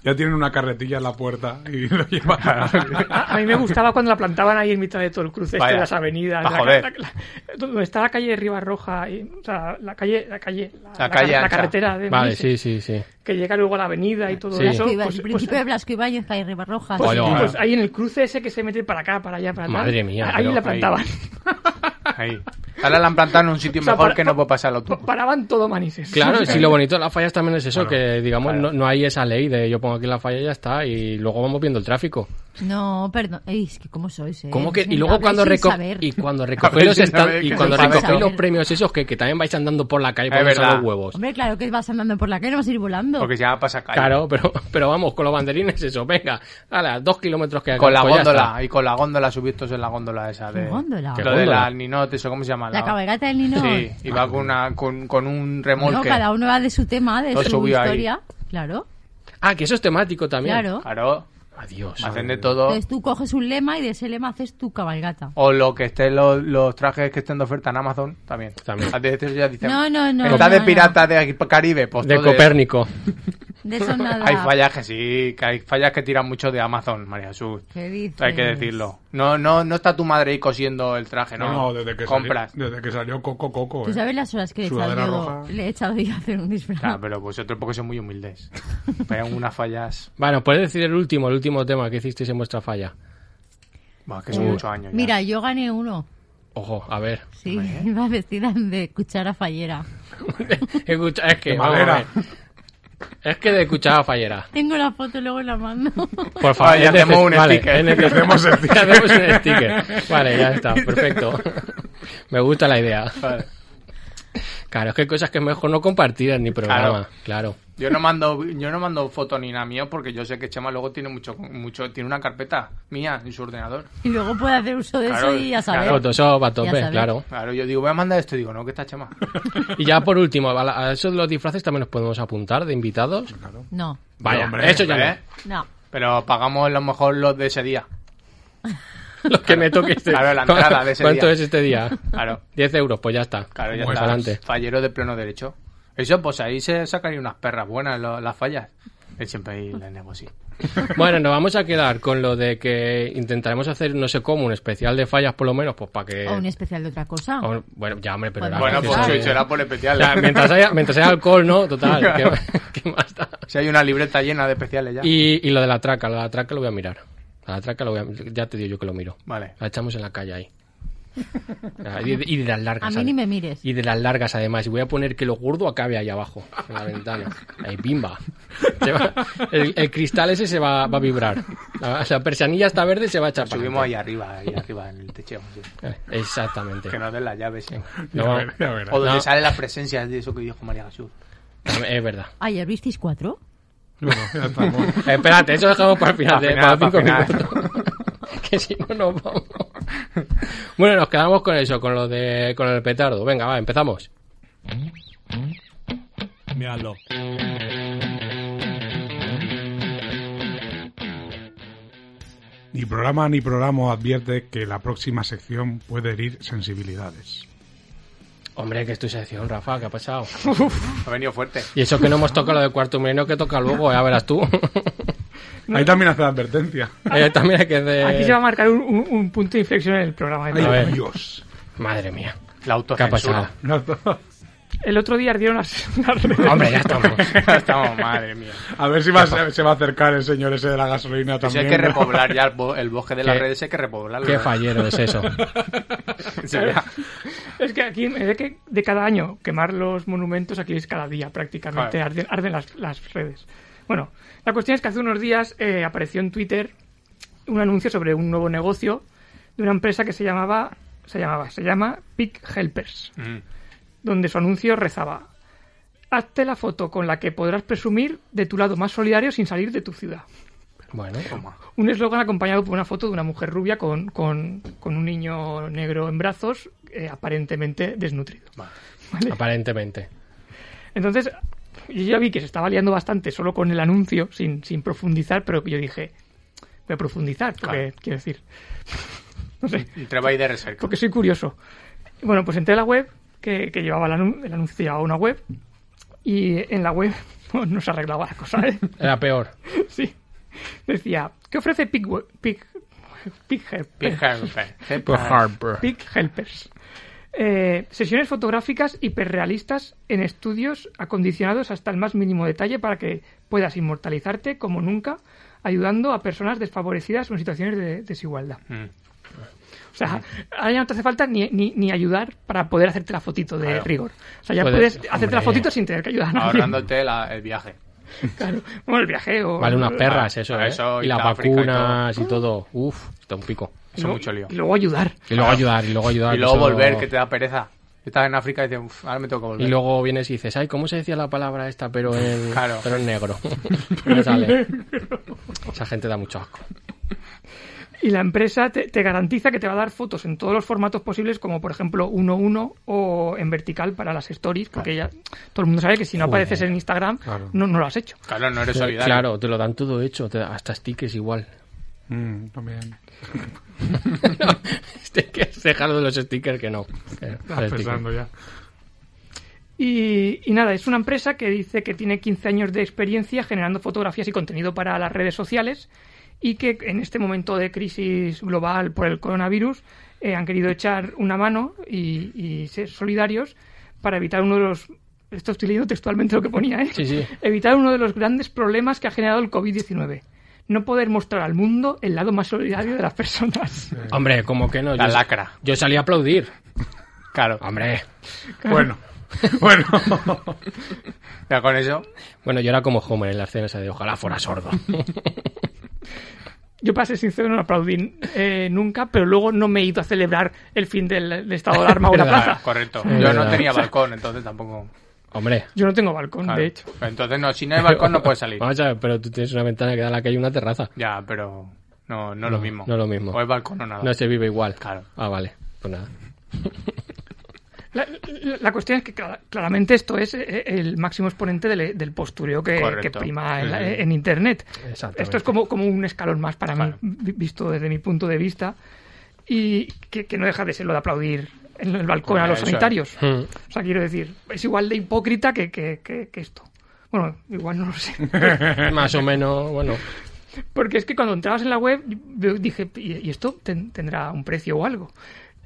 Speaker 4: Ya tienen una carretilla en la puerta y (laughs) lo llevan.
Speaker 6: (laughs)
Speaker 8: Ah, A, a mí me gustaba cuando la plantaban ahí en mitad de todo el cruce este
Speaker 6: Vaya.
Speaker 8: de las avenidas.
Speaker 6: Pa'
Speaker 8: la-
Speaker 6: joder.
Speaker 8: la- la- donde está la calle de Ribarroja, y, o sea, la calle, la calle, la,
Speaker 6: La calle
Speaker 8: car-
Speaker 6: ancha.
Speaker 8: carretera de
Speaker 5: Vale,
Speaker 8: Manises,
Speaker 5: sí, sí, sí.
Speaker 8: que llega luego a la avenida y todo
Speaker 5: Sí.
Speaker 8: eso.
Speaker 7: Blasco Iba-
Speaker 8: pues-
Speaker 7: el
Speaker 8: pues-
Speaker 7: principio de Blasco Ibáñez, calle Ribarroja.
Speaker 8: pues-
Speaker 5: Oye,
Speaker 8: pues ahí en el cruce ese que se mete para acá, para allá, para allá.
Speaker 5: Madre mía,
Speaker 8: Ahí
Speaker 5: pero-
Speaker 8: la plantaban. (laughs)
Speaker 6: Ahí. Ahora la han plantado en un sitio
Speaker 8: O sea,
Speaker 6: mejor
Speaker 8: para-
Speaker 6: que no puede pasar lo
Speaker 8: Pa-
Speaker 6: tuyo.
Speaker 8: Paraban todo Manises.
Speaker 5: Claro, sí, lo bonito de las fallas también es eso, que digamos, no, no hay esa ley de yo pongo aquí la falla y ya está, y luego vamos viendo el tráfico.
Speaker 7: No, perdón. Ey, es que cómo sois, eh.
Speaker 5: ¿Cómo que? Y
Speaker 7: Habláis
Speaker 5: luego cuando,
Speaker 7: sin
Speaker 5: reco
Speaker 7: saber.
Speaker 5: y cuando
Speaker 6: Habláis
Speaker 5: recogéis los,
Speaker 6: sin
Speaker 5: estan-
Speaker 6: saber
Speaker 5: y
Speaker 6: que
Speaker 5: cuando
Speaker 7: sois
Speaker 5: recogéis
Speaker 7: saber.
Speaker 5: los premios esos, que, que también vais andando por la calle
Speaker 6: Es
Speaker 5: poniendo
Speaker 6: verdad.
Speaker 5: los huevos.
Speaker 7: Hombre, claro que vas andando por la calle, no vas a ir volando.
Speaker 6: Porque se llama pasacalle.
Speaker 5: Claro, pero, pero vamos, con los banderines eso, venga, a las dos kilómetros que
Speaker 6: Con la
Speaker 5: pues ya
Speaker 6: góndola. Y con la góndola subidos en la góndola esa de...
Speaker 7: ¿Qué góndola?
Speaker 5: ¿Qué
Speaker 6: Lo de
Speaker 5: góndola?
Speaker 6: la Ninot, eso, ¿cómo se llama?
Speaker 7: La cabalgata del Nino.
Speaker 6: Sí, y va con, una, con, con un
Speaker 7: No,
Speaker 6: remolque.
Speaker 7: cada uno va de su tema, de
Speaker 6: Lo
Speaker 7: su
Speaker 6: subió ahí.
Speaker 7: historia. Claro,
Speaker 5: está. Ah, que eso es temático también.
Speaker 7: claro.
Speaker 6: Claro,
Speaker 5: Adiós.
Speaker 6: hacen de todo.
Speaker 7: Entonces tú coges un lema y de ese lema haces tu cabalgata.
Speaker 6: O lo que estén los, los trajes que estén de oferta en Amazon, también.
Speaker 5: También.
Speaker 6: A veces ya dicen,
Speaker 7: No, no, no,
Speaker 6: Está
Speaker 7: no,
Speaker 6: de
Speaker 7: no.
Speaker 6: pirata de Caribe. Pues
Speaker 5: De
Speaker 6: todo
Speaker 5: Copérnico.
Speaker 6: (laughs)
Speaker 7: De eso nada.
Speaker 6: Hay fallas que sí, que hay fallas que tiran mucho de Amazon, María Jesús.
Speaker 7: ¿Qué dices?
Speaker 6: Hay que decirlo. No, no, no está tu madre ahí cosiendo el traje, ¿no?
Speaker 4: No, no, desde que,
Speaker 6: compras.
Speaker 4: Salió, desde que salió Coco Coco.
Speaker 7: ¿Tú
Speaker 4: eh.
Speaker 7: sabes las horas que le he echado
Speaker 4: Sudadera
Speaker 7: yo?
Speaker 4: roja.
Speaker 7: Le he echado yo a hacer un disfraz.
Speaker 6: Claro, pero vosotros porque sois muy
Speaker 7: (laughs)
Speaker 6: humildes. Pegan unas fallas.
Speaker 5: Bueno, puedes decir el último, el último tema que hicisteis en vuestra falla.
Speaker 6: Buah, que son muchos años. ya.
Speaker 7: Mira, yo gané uno.
Speaker 5: Ojo, a ver. (laughs)
Speaker 7: Sí, (laughs) iba vestida de cuchara fallera.
Speaker 5: Escucha, es que,
Speaker 4: De
Speaker 5: vamos a
Speaker 4: madera.
Speaker 5: ver. Es que de cuchara fallera.
Speaker 7: Tengo la foto, luego la mando. (laughs)
Speaker 5: Por favor,
Speaker 6: Vale,
Speaker 5: es
Speaker 6: hacemos
Speaker 5: neces-
Speaker 6: Ah, un sticker.
Speaker 5: es neces- (laughs)
Speaker 4: Hacemos el sticker.
Speaker 5: Hacemos un sticker. Vale, ya
Speaker 6: (laughs)
Speaker 5: está, perfecto. Me gusta la idea. Claro, es que hay cosas que es mejor no compartir en mi programa. Claro.
Speaker 6: Yo no mando, yo no mando fotos ni nada mío porque yo sé que Chema luego tiene mucho, mucho, tiene una carpeta mía en su ordenador.
Speaker 7: Y luego puedo hacer uso de
Speaker 6: Claro,
Speaker 7: eso y ya sabes.
Speaker 5: Photoshop a
Speaker 7: Ya
Speaker 5: tope,
Speaker 7: sabes.
Speaker 5: claro.
Speaker 6: Claro, yo digo, voy a mandar esto y digo, no, que está Chema.
Speaker 5: Y ya por último, a la- a eso de los disfraces también nos podemos apuntar de invitados.
Speaker 7: No,
Speaker 5: Vaya,
Speaker 4: hombre,
Speaker 5: eso ya
Speaker 6: ¿eh?
Speaker 5: no.
Speaker 7: no.
Speaker 6: Pero pagamos a lo mejor los de ese día.
Speaker 5: (laughs) Lo que me toque este.
Speaker 6: Claro, la entrada de ese
Speaker 5: ¿Cuánto
Speaker 6: día.
Speaker 5: es este día?
Speaker 6: Claro.
Speaker 5: 10 euros, pues ya está.
Speaker 6: Claro, ya
Speaker 5: Pues
Speaker 6: está.
Speaker 5: adelante.
Speaker 6: Fallero de pleno derecho. Eso, pues ahí se sacarían unas perras buenas lo- las fallas. Él siempre ahí las negocia.
Speaker 5: Bueno, nos vamos a quedar con lo de que intentaremos hacer, no sé cómo, un especial de fallas por lo menos, pues para que...
Speaker 7: O
Speaker 6: Eh,
Speaker 7: un especial de otra cosa.
Speaker 5: o un- Bueno, ya, hombre, pero...
Speaker 7: Bueno,
Speaker 5: era
Speaker 6: Bueno,
Speaker 7: Gracias,
Speaker 6: pues
Speaker 5: gracioso,
Speaker 6: se
Speaker 7: sí,
Speaker 5: eh.
Speaker 6: será por especial.
Speaker 5: O sea, mientras, haya, mientras haya alcohol, ¿no? Total,
Speaker 7: (laughs)
Speaker 5: ¿qué, qué más da?
Speaker 6: (laughs) Si hay una libreta llena de especiales ya.
Speaker 5: Y, y lo de la traca, lo de la traca lo voy a mirar. A la traca lo voy a- ya te digo yo que lo miro.
Speaker 6: Vale.
Speaker 5: La echamos en la calle
Speaker 7: (laughs)
Speaker 5: ahí. Ah, Y de, y de las largas.
Speaker 7: A mí
Speaker 5: ¿sabes?
Speaker 7: ni me mires.
Speaker 5: Y de las largas, además. Y voy a poner que lo gordo acabe ahí abajo, en la ventana. Ahí, bimba. Se va- el, el cristal ese se va, va a vibrar. La, la persianilla está verde se va a echar para
Speaker 6: Subimos ahí
Speaker 5: adelante.
Speaker 6: arriba, ahí arriba en el techeo. sí.
Speaker 5: Eh, Exactamente.
Speaker 6: Que nos den las llaves. sí.
Speaker 5: No,
Speaker 4: Ya ver- ya verás.
Speaker 6: O donde
Speaker 5: No.
Speaker 6: sale la presencia de eso que dijo María Jesús.
Speaker 5: Es verdad.
Speaker 7: Ayer
Speaker 6: (laughs)
Speaker 7: visteis cuatro.
Speaker 4: Bueno, ya estamos.
Speaker 5: Eh, Espérate, eso lo dejamos para el final,
Speaker 6: Para
Speaker 5: de-
Speaker 6: final,
Speaker 5: para
Speaker 6: para
Speaker 5: cinco minutos. (laughs) que si no nos vamos. Bueno, nos quedamos con eso, con lo de con el petardo. Venga, va, empezamos.
Speaker 4: Miradlo. Ni programa ni programa advierte que la próxima sección puede herir sensibilidades.
Speaker 5: Hombre, que es tu sección, Rafa, ¿qué ha pasado?
Speaker 6: Ha venido fuerte.
Speaker 5: Y eso que no hemos tocado lo de cuarto milenio que toca luego, ya verás tú. (laughs)
Speaker 4: Ahí también hace la advertencia.
Speaker 5: Eh, también hay que de...
Speaker 8: Aquí se va a marcar un, un- un punto de inflexión en el programa. ¿eh?
Speaker 5: A
Speaker 4: Ay,
Speaker 5: ver.
Speaker 4: Dios.
Speaker 5: Madre mía,
Speaker 6: La
Speaker 5: qué ha
Speaker 6: autocensura.
Speaker 5: pasado.
Speaker 8: El otro día ardieron unas, (laughs) unas redes.
Speaker 5: Hombre, ya estamos.
Speaker 6: (laughs) Estamos, madre mía.
Speaker 4: A ver si va, a- se va a acercar el señor ese de la gasolina
Speaker 6: Eso
Speaker 4: también.
Speaker 6: hay que
Speaker 4: ¿no? (laughs)
Speaker 6: repoblar ya el, bo- el bosque de las
Speaker 5: Qué-
Speaker 6: redes, hay que repoblarlo.
Speaker 5: Qué
Speaker 6: ¿eh?
Speaker 5: fallero es eso.
Speaker 6: (laughs) Sí, ya.
Speaker 8: Es que aquí, en vez de, que de cada año quemar los monumentos, aquí es cada día prácticamente,
Speaker 6: Claro.
Speaker 8: arden, arden las, las redes. Bueno, la cuestión es que hace unos días eh, apareció en Twitter un anuncio sobre un nuevo negocio de una empresa que se llamaba, se llamaba, se llama Pig Helpers,
Speaker 6: Mm.
Speaker 8: donde su anuncio rezaba, hazte la foto con la que podrás presumir de tu lado más solidario sin salir de tu ciudad.
Speaker 5: Bueno,
Speaker 8: Un eslogan acompañado por una foto de una mujer rubia con, con- con un niño negro en brazos, eh, aparentemente desnutrido.
Speaker 5: Ah.
Speaker 8: Vale.
Speaker 5: aparentemente.
Speaker 8: Entonces, yo ya vi que se estaba liando bastante solo con el anuncio, sin, sin profundizar, pero yo dije, voy a profundizar, porque
Speaker 6: Claro.
Speaker 8: quiero decir, no sé,
Speaker 6: Un trabajo de recerca.
Speaker 8: porque soy curioso. Bueno, pues entré a la web, que, que llevaba el, anun- el anuncio, llevaba una web, y en la web (laughs) no se arreglaba la cosa, ¿eh? (laughs)
Speaker 5: Era peor.
Speaker 8: Sí. Decía, ¿qué ofrece Pig, Web- Pig, Pig Help?
Speaker 4: Pues
Speaker 5: Pues
Speaker 8: Peak Helpers. Eh, sesiones fotográficas hiperrealistas en estudios acondicionados hasta el más mínimo detalle para que puedas inmortalizarte como nunca, ayudando a personas desfavorecidas o en situaciones de desigualdad.
Speaker 6: Mm.
Speaker 8: O sea, ahora ya no te hace falta ni, ni, ni ayudar para poder hacerte la fotito de rigor. O sea, ya
Speaker 5: Puedes-
Speaker 8: puedes, hacerte
Speaker 5: hombre.
Speaker 8: la fotito sin tener que ayudar a nadie.
Speaker 6: Ahorrándote la- el viaje.
Speaker 8: Claro. (laughs) Bueno, el viaje o...
Speaker 5: Vale, unas perras, eso,
Speaker 6: Para
Speaker 5: ¿eh?
Speaker 6: eso
Speaker 5: Y las
Speaker 6: ir a África y
Speaker 5: vacunas y todo. Uf, está un pico.
Speaker 6: Eso es mucho lío.
Speaker 8: Y luego ayudar.
Speaker 5: Y luego ayudar, y luego ayudar.
Speaker 6: Y luego
Speaker 5: eso-
Speaker 6: volver, que te da pereza. Estás en África y dices, "Uf, ahora me tengo que volver.
Speaker 5: Y luego vienes y dices, ay, ¿cómo se decía la palabra esta? Pero en,
Speaker 6: Claro.
Speaker 5: pero en negro. (laughs) No sale. Esa gente da mucho asco.
Speaker 8: Y la empresa te, te garantiza que te va a dar fotos en todos los formatos posibles, como por ejemplo 1-1 o en vertical para las stories, porque ya todo el mundo sabe que si no
Speaker 5: Joder.
Speaker 8: apareces en Instagram,
Speaker 4: Claro.
Speaker 8: no, no lo has hecho.
Speaker 6: Claro, no eres solidario.
Speaker 5: eh, Claro, te lo dan todo hecho, te- hasta stickers igual. (laughs)
Speaker 4: Mm, también.
Speaker 5: stickers, dejar de los stickers que no. Eh,
Speaker 4: Estás
Speaker 5: stickers.
Speaker 4: pensando ya.
Speaker 8: Y, y nada, es una empresa que dice que tiene 15 años de experiencia generando fotografías y contenido para las redes sociales y que en este momento de crisis global por el coronavirus eh, han querido echar una mano y, y ser solidarios para evitar uno de los... Esto estoy leyendo textualmente lo que ponía, ¿eh?
Speaker 5: Sí, sí.
Speaker 8: (laughs) Evitar uno de los grandes problemas que ha generado el COVID-19. No poder mostrar al mundo el lado más solidario de las
Speaker 5: (laughs)
Speaker 8: personas.
Speaker 5: Hombre, como que no.
Speaker 6: La
Speaker 5: Yo-
Speaker 6: lacra.
Speaker 5: Yo salí a aplaudir.
Speaker 6: Claro.
Speaker 5: Hombre.
Speaker 4: Bueno, bueno.
Speaker 6: Ya con eso.
Speaker 5: Bueno, yo era como Homer en la escena esa de ojalá
Speaker 6: (laughs)
Speaker 5: fuera sordo.
Speaker 8: Yo, para ser sincero, no aplaudí eh, nunca, pero luego no me he ido a celebrar el fin del, del estado
Speaker 5: (laughs)
Speaker 8: de alarma o la
Speaker 5: Verdad.
Speaker 8: plaza.
Speaker 6: Ah, correcto.
Speaker 5: Es
Speaker 6: Yo no
Speaker 5: verdad.
Speaker 6: tenía balcón, entonces tampoco.
Speaker 5: Hombre.
Speaker 8: Yo no tengo balcón,
Speaker 6: Claro.
Speaker 8: de hecho.
Speaker 6: Entonces, no, si no hay balcón no puedes salir.
Speaker 5: Vamos a ver, pero tú tienes una ventana que da a la calle y una terraza.
Speaker 6: Ya, pero. No, no, lo mismo.
Speaker 5: no lo mismo.
Speaker 6: O es balcón o nada.
Speaker 5: Ah, No se vive igual.
Speaker 6: Claro.
Speaker 5: Ah, vale. Pues nada.
Speaker 8: La, la- la cuestión es que cla- claramente esto es eh, el máximo exponente del, del postureo que, que
Speaker 6: Correcto.
Speaker 8: prima en, la-
Speaker 5: Sí.
Speaker 8: en Internet.
Speaker 5: Exactamente.
Speaker 8: Esto es como, como un escalón más para
Speaker 5: Claro.
Speaker 8: mí, vi- visto desde mi punto de vista, y que, que no deja de ser lo de aplaudir en el balcón a
Speaker 6: Hombre,
Speaker 8: los
Speaker 6: eso es.
Speaker 8: sanitarios.
Speaker 5: Mm.
Speaker 8: O sea, quiero decir, es igual de hipócrita que, que- que- que esto. Bueno, igual no lo sé.
Speaker 5: (laughs) Más o menos, bueno.
Speaker 8: Porque es que cuando entrabas en la web, yo dije, ¿y y esto ten- tendrá un precio o algo?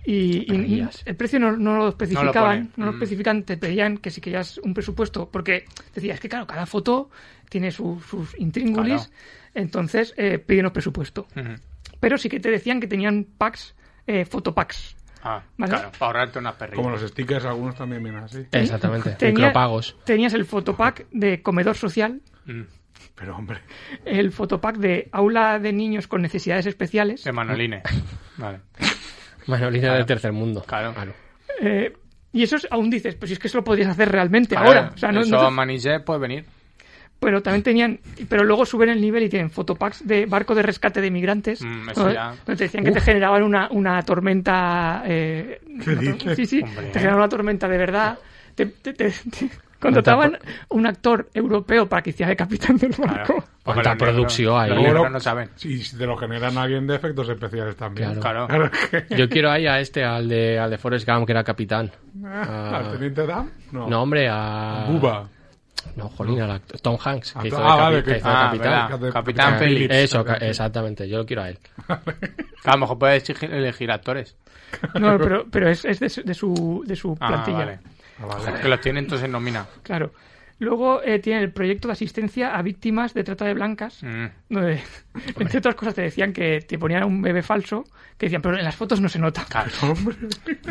Speaker 8: Y, y- y
Speaker 5: Maravillas.
Speaker 8: el precio no, no lo especificaban,
Speaker 6: ponen.
Speaker 8: no lo,
Speaker 6: Mm.
Speaker 8: especifican, te pedían que si querías un presupuesto, porque decía, es que claro, cada foto tiene su- sus intríngulis,
Speaker 6: Claro. Mm.
Speaker 8: entonces eh, pídenos presupuesto.
Speaker 6: Ujú.
Speaker 8: Pero sí que te decían que tenían packs, eh, fotopacks.
Speaker 6: Ah,
Speaker 8: Vale.
Speaker 6: claro, para ahorrarte unas perritas.
Speaker 4: Como los stickers, algunos también vienen así.
Speaker 5: Exactamente.
Speaker 8: Tenía-
Speaker 5: Micropagos.
Speaker 8: Tenías el fotopack de comedor social,
Speaker 6: Mm,
Speaker 4: Pero hombre,
Speaker 8: el fotopack de aula de niños con necesidades especiales,
Speaker 6: De Manolines. Vale.
Speaker 5: Manolina del tercer mundo.
Speaker 6: Claro.
Speaker 8: Eh, y eso es- aún dices, pues si es que eso lo podrías hacer realmente
Speaker 6: Claro,
Speaker 8: ahora. O sea, no-
Speaker 6: eso Mm.
Speaker 8: no te-
Speaker 6: Maniche puede venir.
Speaker 8: pero también tenían, pero luego suben el nivel y tienen fotopacks de barco de rescate de migrantes.
Speaker 6: Mm, eso
Speaker 8: donde,
Speaker 6: ya.
Speaker 8: donde te decían que te generaban una, una tormenta. eh, una tor-
Speaker 4: dices?
Speaker 8: Sí, sí,
Speaker 6: Hombre.
Speaker 8: te generaban una tormenta de verdad. Te, te- te- te- contrataban un actor europeo para que hiciera de capitán del barco.
Speaker 6: Claro. Porque
Speaker 5: Cuánta
Speaker 6: los
Speaker 5: producción
Speaker 6: negros-
Speaker 5: hay.
Speaker 6: Los
Speaker 5: Luego
Speaker 6: negros
Speaker 4: lo-
Speaker 6: no saben.
Speaker 4: si si te lo generan a alguien de efectos especiales también.
Speaker 6: Claro.
Speaker 4: que-
Speaker 5: Yo quiero ahí a este, al de, al de Forrest Gump, que era capitán.
Speaker 4: ¿Al teniente Dan? No.
Speaker 5: No, hombre, a...
Speaker 4: Buba.
Speaker 5: No, jolín, al act- Tom Hanks,
Speaker 4: Ah,
Speaker 5: que hizo de,
Speaker 4: ah,
Speaker 5: capi-
Speaker 4: vale,
Speaker 5: que
Speaker 4: que-
Speaker 5: hizo de
Speaker 6: ah,
Speaker 5: capitán.
Speaker 6: verdad.
Speaker 4: de-
Speaker 6: Capitán
Speaker 5: Ah,
Speaker 6: Phillips.
Speaker 5: Eso, ca- exactamente, yo lo quiero a él.
Speaker 6: Que A lo mejor puedes exigir- elegir actores.
Speaker 8: No, pero, pero es, es de, su- de su, de su
Speaker 6: Ah,
Speaker 8: plantilla.
Speaker 6: vale.
Speaker 4: Ah, vale.
Speaker 6: Que los tienen entonces en nómina.
Speaker 8: Claro. Luego eh, tiene el proyecto de asistencia a víctimas de trata de blancas.
Speaker 6: Mm.
Speaker 8: (laughs) donde, entre otras cosas, te decían que te ponían un bebé falso, que decían, pero en las fotos no se nota.
Speaker 5: (laughs)
Speaker 6: Claro.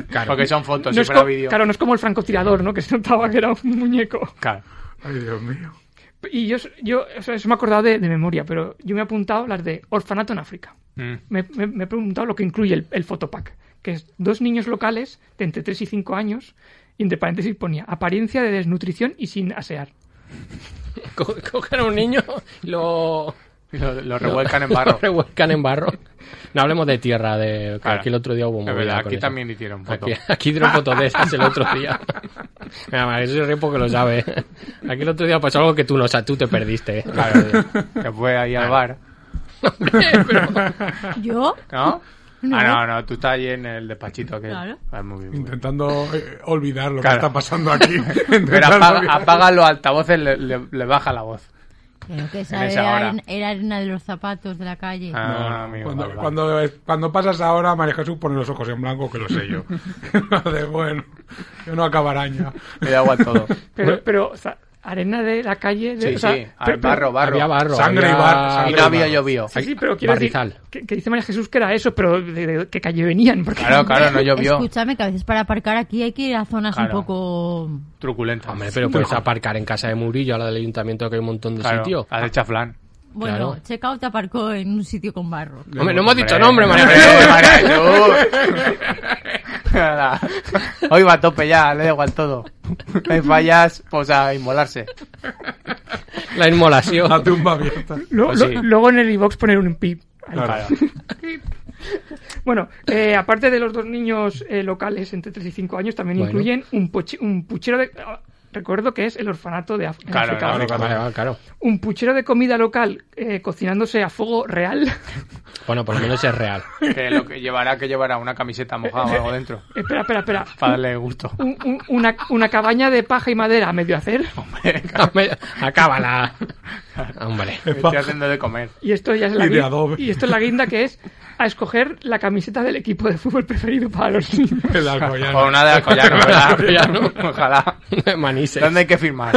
Speaker 5: Claro.
Speaker 6: Porque son
Speaker 8: No
Speaker 6: fotos, si
Speaker 8: es
Speaker 6: fuera
Speaker 8: co-
Speaker 6: vídeo.
Speaker 8: claro, no es como el francotirador, ¿no? Que se notaba que era un muñeco.
Speaker 6: Claro.
Speaker 4: Ay, Dios mío.
Speaker 8: Y yo, yo o sea, eso me he acordado de, de memoria, pero yo me he apuntado las de Orfanato en África.
Speaker 6: Mm.
Speaker 8: Me, me- me he preguntado lo que incluye el, el fotopack, que es dos niños locales de entre 3 y 5 años, y entre paréntesis ponía apariencia de desnutrición y sin asear.
Speaker 5: Co- cogen a un niño y lo...
Speaker 6: Lo, lo
Speaker 8: (laughs)
Speaker 6: revuelcan en barro.
Speaker 5: lo revuelcan en barro. No hablemos de tierra, de que
Speaker 6: Claro.
Speaker 5: aquí el otro día hubo
Speaker 6: Es
Speaker 5: movida
Speaker 6: verdad,
Speaker 5: con
Speaker 6: aquí
Speaker 5: eso.
Speaker 6: también hicieron fotos.
Speaker 5: Aquí, aquí dieron fotos de estas el otro
Speaker 6: (laughs)
Speaker 5: día. Mira, María, eso se ríe porque lo sabe. Aquí el otro día pasó algo que tú no sabes, tú te perdiste. ¿eh? (laughs)
Speaker 6: Claro. Se fue ahí al bar.
Speaker 7: ¿Yo?
Speaker 6: ¿No?
Speaker 7: No.
Speaker 6: Ah, no, no, tú estás ahí en el despachito aquel.
Speaker 7: Claro.
Speaker 6: Ah, muy bien, muy bien.
Speaker 4: Intentando eh, olvidar lo
Speaker 6: Claro.
Speaker 4: que está pasando aquí.
Speaker 6: Pero
Speaker 4: Intentando
Speaker 6: apaga,
Speaker 4: olvidar.
Speaker 6: apaga los altavoces, le, le- le baja la voz.
Speaker 7: Creo que
Speaker 6: En
Speaker 7: esa
Speaker 6: esa
Speaker 7: era,
Speaker 6: hora.
Speaker 7: arena- era arena de los zapatos de la calle.
Speaker 6: Ah,
Speaker 4: No, no,
Speaker 6: amigo,
Speaker 4: cuando,
Speaker 6: vale, vale.
Speaker 4: cuando, eh, cuando pasas ahora, María Jesús pone los ojos en blanco, que lo sé yo. (laughs) de bueno, yo no acabarán ya.
Speaker 6: Le da agua a
Speaker 8: (laughs)
Speaker 6: todo.
Speaker 8: Pero, pero o sea, arena de la calle... de-
Speaker 6: Sí,
Speaker 8: o sea,
Speaker 6: sí, al
Speaker 8: pero- pero-
Speaker 6: barro, barro.
Speaker 5: Había barro.
Speaker 4: Sangre y
Speaker 5: había-
Speaker 4: bar- sangre
Speaker 6: Y no había
Speaker 4: barro.
Speaker 6: llovido.
Speaker 8: Sí, sí, pero quiero decir
Speaker 5: Barrizal.
Speaker 8: que, que dice María Jesús que era eso, pero de, de- qué calle venían. Porque
Speaker 6: Claro, claro, no llovió.
Speaker 7: Escúchame, que a veces para aparcar aquí hay que ir a zonas
Speaker 6: Claro.
Speaker 7: un poco...
Speaker 6: Truculenta.
Speaker 5: Hombre, pero puedes aparcar en casa de Murillo, a la del ayuntamiento, que hay un montón de
Speaker 6: claro, Ah,
Speaker 5: sitio.
Speaker 6: Has hecho flan.
Speaker 7: Bueno,
Speaker 5: Claro.
Speaker 7: Checkout te aparcó en un sitio con barro.
Speaker 5: Hombre, no hemos dicho nombre, María
Speaker 6: (laughs)
Speaker 5: Jesús.
Speaker 6: Nada. (laughs) Hoy va a tope ya, le da igual todo. No hay fallas, pues a inmolarse.
Speaker 5: La inmolación.
Speaker 6: (laughs) Ah,
Speaker 4: La tumba abierta.
Speaker 8: (laughs) Lo-
Speaker 6: Pues
Speaker 8: lo-
Speaker 6: sí.
Speaker 8: Luego en el iBox poner un pip. Ahí.
Speaker 4: Claro.
Speaker 8: Bueno, eh, aparte de los dos niños eh, locales entre 3 y 5 años, también
Speaker 5: Bueno.
Speaker 8: incluyen un, pochi- un puchero de... ah, Recuerdo que es el orfanato de Af- en
Speaker 6: Claro,
Speaker 8: África.
Speaker 6: claro,
Speaker 5: Vale, vale, claro.
Speaker 8: Un puchero de comida local eh, cocinándose a fuego real. (laughs)
Speaker 5: Bueno, por lo menos
Speaker 6: (laughs)
Speaker 5: es real. (laughs)
Speaker 6: Que lo que llevará, que llevará una camiseta mojada o algo dentro.
Speaker 8: espera, espera, espera.
Speaker 6: Para darle gusto.
Speaker 8: Un- un- una, una cabaña de paja y madera a medio hacer.
Speaker 5: Hombre, Acábala. Hombre. (laughs)
Speaker 6: Me estoy haciendo de comer.
Speaker 8: Y esto ya es la
Speaker 4: Y de
Speaker 8: guin-
Speaker 4: adobe.
Speaker 8: y esto es la guinda que es a escoger la camiseta del equipo de fútbol preferido para los niños.
Speaker 4: El Alcoyano.
Speaker 6: O una de
Speaker 5: (laughs)
Speaker 6: Alcoyano,
Speaker 5: Alcoyano.
Speaker 6: ¿verdad? Ojalá.
Speaker 5: Manises.
Speaker 6: ¿Dónde hay que firmar?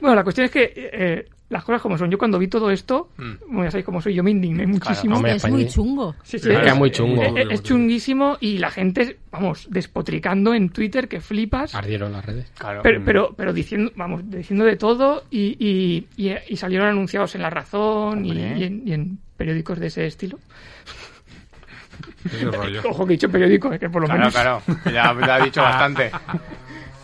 Speaker 8: Bueno, la cuestión es que eh, las cosas como son. Yo cuando vi todo esto, bueno, ya sabéis cómo soy, yo me indigné muchísimo.
Speaker 5: Hombre,
Speaker 7: Hombre, es muy
Speaker 5: español.
Speaker 7: chungo.
Speaker 8: Sí, sí,
Speaker 5: Es que es muy chungo.
Speaker 8: es- es chunguísimo y la gente, vamos, despotricando en Twitter que flipas.
Speaker 5: Ardieron las redes.
Speaker 6: Claro.
Speaker 8: Pero, pero, pero diciendo, vamos, diciendo de todo y, y- y- y salieron anunciados en La Razón y,
Speaker 6: Hombre.
Speaker 8: y en, y en periódicos de ese estilo.
Speaker 4: Ese
Speaker 8: (laughs)
Speaker 4: rollo. (laughs)
Speaker 8: Ojo que he dicho periódicos, es que por lo
Speaker 6: Claro,
Speaker 8: menos.
Speaker 6: claro. Ya, ya he
Speaker 5: Ah.
Speaker 6: dicho bastante.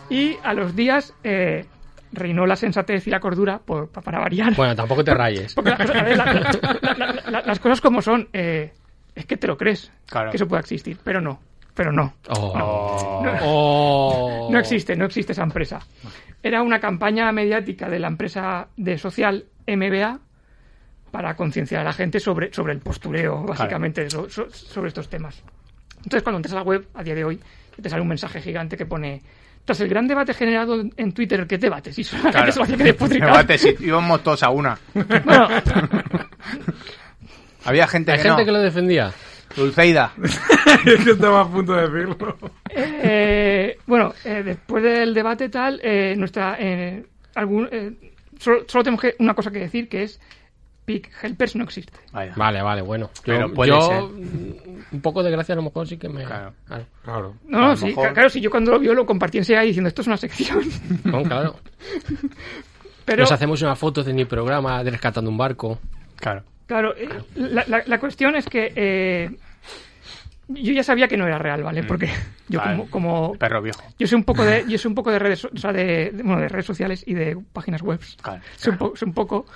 Speaker 8: Y a los días eh, reinó la sensatez y la cordura por- pa- para variar.
Speaker 5: Bueno, tampoco te rayes.
Speaker 6: (laughs)
Speaker 8: Porque la- o sea, a ver, la- la- la- la- la- las cosas como son, eh, es que te lo crees
Speaker 6: Claro.
Speaker 8: que eso pueda existir, pero no. pero no.
Speaker 5: Oh.
Speaker 8: No.
Speaker 5: Oh.
Speaker 8: No existe, no existe esa empresa. Era una campaña mediática de la empresa de social MBA para concienciar a la gente sobre, sobre el postureo, básicamente, so- so- sobre estos temas. Entonces, cuando entras a la web, a día de hoy, te sale un mensaje gigante que pone... Tras el gran debate generado en Twitter, ¿qué debates? Y solo la gente se va a despotricar.
Speaker 6: Debate, si íbamos todos a una.
Speaker 8: Bueno,
Speaker 6: Había gente
Speaker 5: Hay
Speaker 6: que
Speaker 5: gente
Speaker 6: no.
Speaker 5: que lo defendía.
Speaker 6: Dulceida.
Speaker 4: es que estaba a punto de decirlo.
Speaker 8: Eh, bueno, eh, después del debate tal, eh, nuestra eh, algún, eh, solo, solo tenemos que- una cosa que decir que es Pick Helpers no existe.
Speaker 6: Vaya.
Speaker 5: Vale, vale, bueno. Yo,
Speaker 6: Pero puede
Speaker 5: yo, mm,
Speaker 6: ser.
Speaker 5: un poco de gracia a lo mejor sí que me...
Speaker 6: Claro.
Speaker 5: Claro.
Speaker 4: Claro.
Speaker 8: No,
Speaker 6: A
Speaker 8: no,
Speaker 6: lo
Speaker 8: sí,
Speaker 6: mejor-
Speaker 8: ca- claro, sí, yo cuando lo vio lo compartí enseguida diciendo esto es
Speaker 6: (laughs)
Speaker 8: una sección.
Speaker 5: No, claro.
Speaker 8: Pero,
Speaker 5: Nos hacemos una foto de mi programa de rescatando un barco.
Speaker 6: Claro.
Speaker 8: claro, eh, la, la- la cuestión es que eh, yo ya sabía que no era real, ¿vale? Porque (laughs) yo
Speaker 6: Mm. Vale.
Speaker 8: como- como,
Speaker 6: Perro viejo.
Speaker 8: Yo soy un poco de, yo soy un poco de redes, so- o sea, de, de- bueno, de redes sociales y de páginas web.
Speaker 6: Claro,
Speaker 8: Soy un, po- soy un poco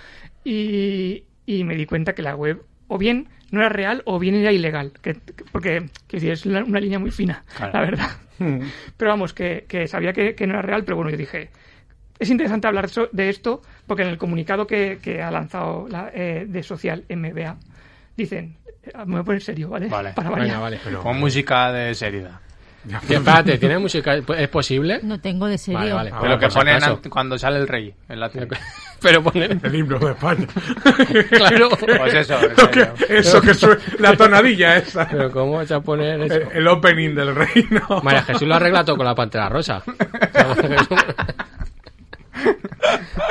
Speaker 8: y, y me di cuenta que la web o bien no era real o bien era ilegal, que- que- porque quiero decir, es la- una línea muy fina,
Speaker 6: Claro.
Speaker 8: la verdad. Pero vamos, que, que sabía que, que no era real, pero bueno, yo dije, es interesante hablar so- de esto porque en el comunicado que, que ha lanzado la, eh, de Social MBA dicen, eh, me voy a poner serio, ¿vale?
Speaker 6: Vale.
Speaker 8: Para
Speaker 5: Venga,
Speaker 8: variar.
Speaker 5: vale.
Speaker 6: Con música de seriedad.
Speaker 4: Ya fue.
Speaker 5: Que, espérate, ¿tienes música? ¿Es posible?
Speaker 7: No tengo de serio.
Speaker 5: Vale, vale.
Speaker 4: Ah,
Speaker 6: De lo que
Speaker 5: por si
Speaker 6: ponen
Speaker 5: acaso.
Speaker 6: ant- cuando sale el rey en la tele.
Speaker 5: (laughs) Pero ponen...
Speaker 4: (laughs) El himno de España.
Speaker 5: (laughs) Claro.
Speaker 6: (laughs) Pues eso.
Speaker 4: (laughs) Lo que- eso que suena. La tonadilla esa.
Speaker 5: Pero ¿cómo vas a poner
Speaker 4: El,
Speaker 5: eso?
Speaker 4: el opening del
Speaker 5: (laughs)
Speaker 4: reino.
Speaker 5: María Jesús lo arregla todo con la
Speaker 6: (laughs)
Speaker 5: pantera rosa. (laughs)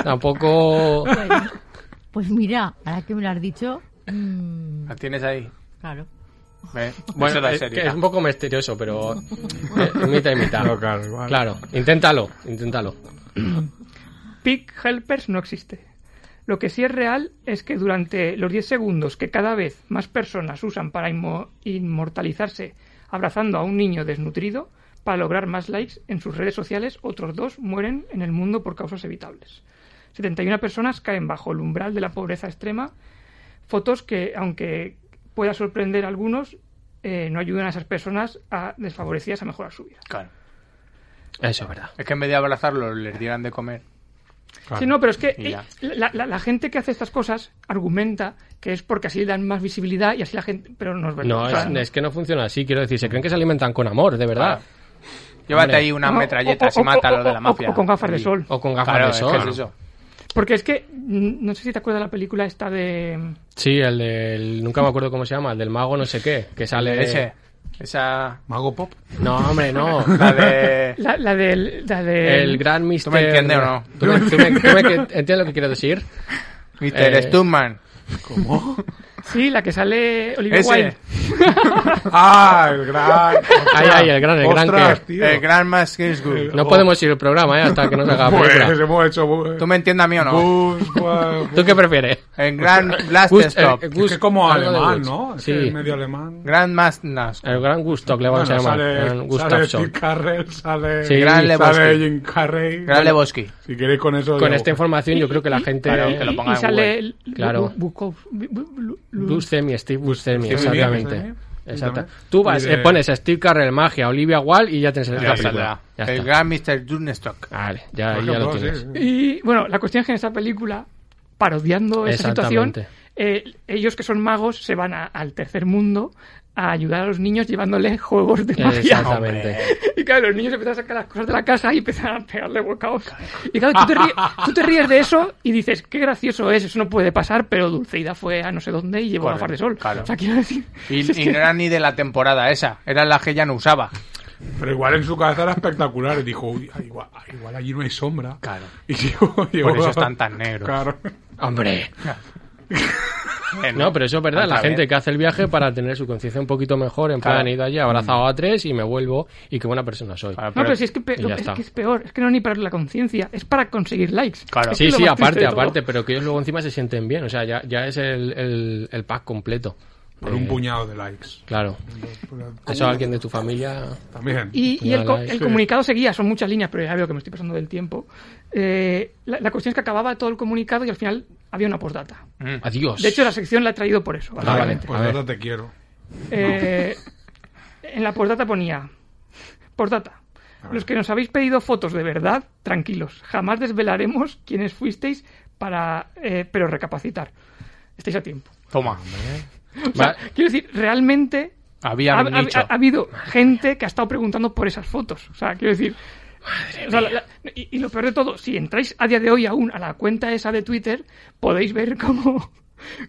Speaker 5: Tampoco...
Speaker 7: Bueno, pues mira, ahora que me lo has dicho, mm,
Speaker 6: La tienes ahí.
Speaker 7: claro.
Speaker 6: ¿Ve? eso
Speaker 5: Bueno,
Speaker 6: da
Speaker 5: es, que
Speaker 6: seriedad.
Speaker 5: es un poco misterioso,
Speaker 4: (laughs)
Speaker 5: pero eh, es mitad y mitad.
Speaker 4: No, claro, igual.
Speaker 5: Claro, inténtalo, inténtalo.
Speaker 8: Pick Helpers no existe. Lo que sí es real es que durante los 10 segundos que cada vez más personas usan para inmo- inmortalizarse abrazando a un niño desnutrido, para lograr más likes en sus redes sociales, otros dos mueren en el mundo por causas evitables. 71 personas caen bajo el umbral de la pobreza extrema, fotos que, aunque pueda sorprender a algunos, eh, no ayudan a esas personas a, desfavorecidas a mejorar su vida.
Speaker 6: Claro.
Speaker 5: Eso es verdad.
Speaker 6: Es que en vez de abrazarlos, les dieran de comer.
Speaker 4: Claro.
Speaker 8: Sí, no, pero es que
Speaker 6: Y
Speaker 8: eh,
Speaker 6: ya.
Speaker 8: la, la- la gente que hace estas cosas argumenta que es porque así le dan más visibilidad y así la gente. Pero no es
Speaker 6: Pues
Speaker 8: verdad.
Speaker 5: No,
Speaker 8: O sea,
Speaker 5: es, es que no funciona así, quiero decir, se creen que se alimentan con amor, de verdad.
Speaker 6: Llévate
Speaker 5: Hombre.
Speaker 6: ahí unas
Speaker 8: No,
Speaker 6: metralletas
Speaker 8: o- o-
Speaker 6: y mata a
Speaker 8: o-
Speaker 6: los de la
Speaker 8: o-
Speaker 6: mafia.
Speaker 8: o con gafas de
Speaker 6: Allí.
Speaker 8: sol.
Speaker 5: O con gafas
Speaker 6: Claro,
Speaker 5: de
Speaker 6: es
Speaker 5: sol.
Speaker 6: que es eso.
Speaker 8: Porque es que. mm, No sé si te acuerdas de la película esta de.
Speaker 5: Sí, el del... Nunca me acuerdo cómo se llama, el del mago no sé qué, que sale...
Speaker 6: Ese. Esa.
Speaker 4: Mago Pop.
Speaker 5: No, hombre,
Speaker 6: (laughs)
Speaker 5: no.
Speaker 6: La
Speaker 5: (laughs)
Speaker 6: de.
Speaker 8: La, la del. La de
Speaker 5: El gran mister...
Speaker 6: me entiendes o no?
Speaker 5: ¿Tú me, tú me- tú me que- entiendes lo que quiero decir?
Speaker 6: Mr.
Speaker 5: Eh,
Speaker 6: Stuntman.
Speaker 4: ¿Cómo?
Speaker 8: Sí, la que sale Olivia
Speaker 6: Ese.
Speaker 8: Wilde.
Speaker 4: (laughs) Ah, el gran.
Speaker 5: Ay, ay, el gran, el gran
Speaker 4: Ostras,
Speaker 5: que-
Speaker 4: tío.
Speaker 6: El Grand Maskers Good.
Speaker 5: No podemos ir al programa, ¿eh? Hasta que nos haga la
Speaker 4: Pues
Speaker 6: (laughs)
Speaker 5: película.
Speaker 4: hemos hecho. bu-
Speaker 6: ¿Tú me entiendes a mí o no?
Speaker 4: bus, gua-
Speaker 5: (laughs) ¿Tú qué prefieres?
Speaker 6: El Grand
Speaker 5: Gust-
Speaker 6: Blaster Stop.
Speaker 5: eh,
Speaker 4: Es que
Speaker 5: Gust-
Speaker 4: es como
Speaker 5: algo de
Speaker 4: alemán,
Speaker 5: Gust.
Speaker 4: ¿no? Es
Speaker 5: Sí.
Speaker 4: que es medio alemán.
Speaker 6: Grand Masters.
Speaker 5: El gran Gustock le vamos a llamar. gran
Speaker 4: sale, sale
Speaker 5: Gustafsson.
Speaker 4: Steve Carrell, sale,
Speaker 5: Sí,
Speaker 6: Gran
Speaker 5: y-
Speaker 6: Lebowski.
Speaker 4: sale Jim Carrey.
Speaker 6: Grand Lebowski.
Speaker 4: Si queréis con eso...
Speaker 5: con este
Speaker 4: ya-
Speaker 5: esta información yo creo que la gente...
Speaker 6: Claro,
Speaker 5: eh,
Speaker 6: que lo
Speaker 8: Y-
Speaker 6: pongan
Speaker 8: y
Speaker 6: en
Speaker 8: sale.
Speaker 6: Google.
Speaker 8: el- Bu-
Speaker 5: Claro.
Speaker 8: Bukov- Bu- Bu- Lu-
Speaker 5: Buscemi, Steve Buscemi,
Speaker 4: Buscemi,
Speaker 5: exactamente.
Speaker 4: Buscemi.
Speaker 5: Exacta.
Speaker 4: Sí, también.
Speaker 5: Tú vas,
Speaker 4: Y de-
Speaker 5: eh, pones a Steve Carrell, magia, Olivia Wall y ya tienes la
Speaker 6: Ya
Speaker 5: película.
Speaker 6: saldrá.
Speaker 5: Ya
Speaker 6: El
Speaker 5: está.
Speaker 6: Grand Mr. Dunstock.
Speaker 5: Vale, ya, ya
Speaker 4: Por
Speaker 5: lo
Speaker 4: ejemplo,
Speaker 8: pues
Speaker 4: sí,
Speaker 5: tienes.
Speaker 4: sí.
Speaker 8: Y bueno, la cuestión es que en esta película, parodiando esa situación,
Speaker 5: Exactamente.
Speaker 8: eh, ellos que son magos se van a- al tercer mundo a ayudar a los niños llevándole (laughs) juegos
Speaker 5: Eh,
Speaker 8: de magia.
Speaker 5: Exactamente.
Speaker 8: Y claro, los niños empiezan a sacar las cosas de la casa y empiezan a pegarle bocaos. Y claro, tú te,
Speaker 5: (laughs)
Speaker 8: ríes, tú te ríes de eso y dices, qué gracioso es, eso no puede pasar, pero Dulceida fue a no sé dónde y llevó
Speaker 6: Correcto,
Speaker 8: gafas de sol.
Speaker 6: claro.
Speaker 8: O sea, quiero decir... (laughs)
Speaker 5: (laughs)
Speaker 6: Y, y no era ni de la temporada esa, era la que ya no usaba.
Speaker 4: Pero igual en su cabeza era espectacular. Y dijo, uy, ah, igual, ah, igual allí no hay sombra.
Speaker 6: Claro.
Speaker 4: (laughs) Y llegó, llegó-
Speaker 6: eso están tan negros.
Speaker 4: Claro.
Speaker 5: Hombre.
Speaker 6: Eh,
Speaker 5: (laughs) No, pero eso es verdad.
Speaker 6: Otra
Speaker 5: La gente
Speaker 6: vez.
Speaker 5: que hace el viaje para tener su conciencia un poquito mejor, en plan,
Speaker 6: Claro. Mm.
Speaker 5: he ido allí, he abrazado a tres y me vuelvo. Y qué buena persona soy.
Speaker 6: Claro,
Speaker 8: No, pero si es que, pe-
Speaker 5: Y ya
Speaker 8: es
Speaker 5: está.
Speaker 8: que es peor, es que no ni para la conciencia, es para conseguir likes.
Speaker 6: Claro.
Speaker 8: Es que
Speaker 5: Sí,
Speaker 8: es lo
Speaker 5: sí,
Speaker 8: más triste
Speaker 5: aparte,
Speaker 8: de todo.
Speaker 5: aparte, pero que ellos luego encima se sienten bien. O sea, ya, ya es el, el, el pack completo.
Speaker 4: Por
Speaker 6: Eh.
Speaker 4: un puñado de likes.
Speaker 5: Claro. Eso alguien de tu familia.
Speaker 4: También.
Speaker 8: Y, y el, co-
Speaker 5: Nada,
Speaker 8: el
Speaker 5: sí.
Speaker 8: comunicado seguía, son muchas líneas, pero ya veo que me estoy pasando del tiempo. Eh, la, la cuestión es que acababa todo el comunicado y al final había una postdata.
Speaker 6: Mm.
Speaker 5: Adiós.
Speaker 8: De hecho, la sección la he traído por eso.
Speaker 5: Ah, vale.
Speaker 4: Pues
Speaker 5: a ver.
Speaker 4: ahora te quiero.
Speaker 8: Eh, En la postdata ponía. Postdata.
Speaker 4: ver.
Speaker 8: Los que nos habéis pedido fotos de verdad, tranquilos. Jamás desvelaremos quiénes fuisteis para. eh, pero recapacitar. Estáis a tiempo.
Speaker 6: Toma.
Speaker 8: O sea,
Speaker 5: Va-
Speaker 8: quiero decir, realmente.
Speaker 6: Había
Speaker 8: ha,
Speaker 6: un
Speaker 8: ha-
Speaker 6: nicho.
Speaker 8: ha habido gente que ha estado preguntando por esas fotos. O sea, quiero decir. o sea, la- la- y, y lo peor de todo, si entráis a día de hoy aún a la cuenta esa de Twitter, podéis ver cómo.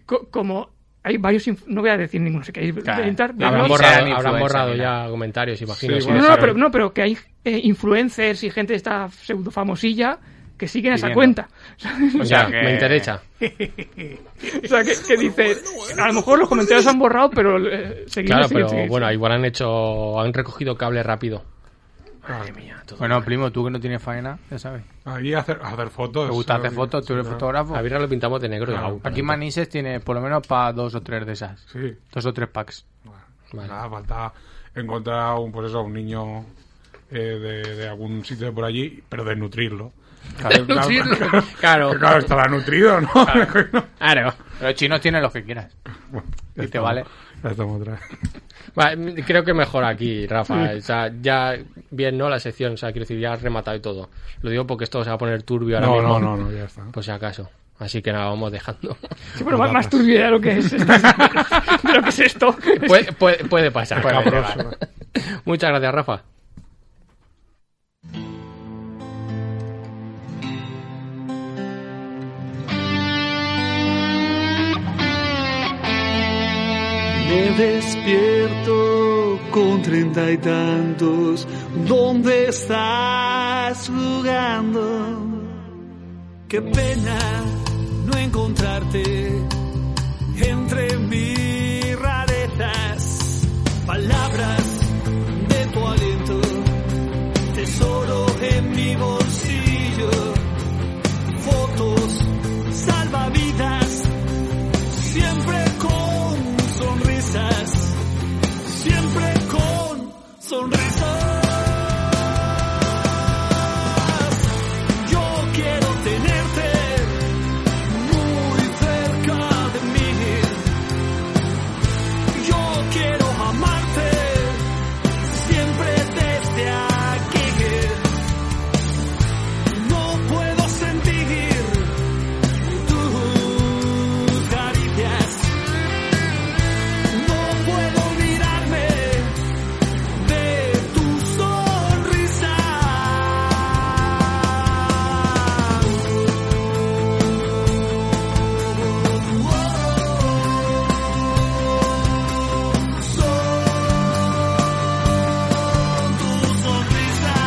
Speaker 8: co- como hay varios. inf- No voy a decir ninguno, si queréis
Speaker 6: Claro.
Speaker 8: intentar.
Speaker 6: Habrá
Speaker 5: Habrán
Speaker 6: Ni
Speaker 5: borrado,
Speaker 6: sean
Speaker 5: habrán
Speaker 6: influencers
Speaker 5: borrado
Speaker 6: ni
Speaker 5: ya comentarios, imagino.
Speaker 4: Sí,
Speaker 5: si
Speaker 4: bueno,
Speaker 8: No,
Speaker 5: no
Speaker 8: no,
Speaker 5: saben.
Speaker 8: pero, no, pero que hay eh, influencers y gente de esta pseudo famosilla que siguen esa
Speaker 6: Viviendo.
Speaker 5: O sea,
Speaker 8: cuenta. (laughs)
Speaker 6: O sea que-
Speaker 5: me interesa.
Speaker 8: o sea, que, que dice, a lo mejor los comentarios han borrado, pero eh, seguimos.
Speaker 5: Claro,
Speaker 8: seguimos,
Speaker 5: pero
Speaker 8: seguimos.
Speaker 5: bueno, igual han hecho, han recogido cable rápido. Madre mía, todo.
Speaker 6: Bueno, primo, tú que no tienes faena, ya sabes.
Speaker 4: Ahí hacer, hacer fotos.
Speaker 6: Te gusta hacer
Speaker 4: eh,
Speaker 6: fotos, tú eres fotógrafo.
Speaker 5: A Birra lo pintamos de negro. y
Speaker 4: Claro.
Speaker 5: au,
Speaker 6: Aquí Manises tiene por lo menos para dos o tres de esas.
Speaker 4: Sí.
Speaker 6: Dos o tres packs.
Speaker 5: Vale.
Speaker 4: Nada, falta encontrar un, pues eso, un niño eh, de, de algún sitio de por allí, pero desnutrirlo.
Speaker 5: (laughs) Nutrirlo. Claro.
Speaker 4: Que (laughs) claro, estará nutrido, ¿no? (laughs)
Speaker 5: Claro.
Speaker 6: Los chinos tienen los que quieras.
Speaker 4: Bueno,
Speaker 6: Y te
Speaker 4: estamos-
Speaker 6: vale.
Speaker 4: Ya estamos otra vez.
Speaker 5: Va, mm, creo que mejor aquí, Rafa. O sea, ya bien, ¿no? La sección, o sea, quiero decir, ya has rematado y todo. Lo digo porque esto se va a poner turbio ahora
Speaker 4: No,
Speaker 5: mismo.
Speaker 4: no, no, no, ya
Speaker 6: Pues
Speaker 4: está.
Speaker 5: Por si acaso. Así que nada, vamos dejando.
Speaker 8: Sí, pero más, más turbio de lo que es
Speaker 6: (laughs)
Speaker 8: esto. de lo que es esto.
Speaker 5: puede, puede, puede pasar.
Speaker 4: Cabroso.
Speaker 5: Muchas gracias, Rafa.
Speaker 10: Me despierto con treinta y tantos. ¿Dónde estás jugando? Qué pena no encontrarte entre mis rarezas. Palabras de tu aliento, tesoro en mi bolsillo. Fotos, salvavidas siempre con sonrisas, siempre con sonrisas. Yo quiero tenerte muy cerca de mí. Yo quiero amarte siempre desde aquí. No puedo sentir tus caricias. No puedo olvidarme de tu sonrisa. Son tus sonrisas.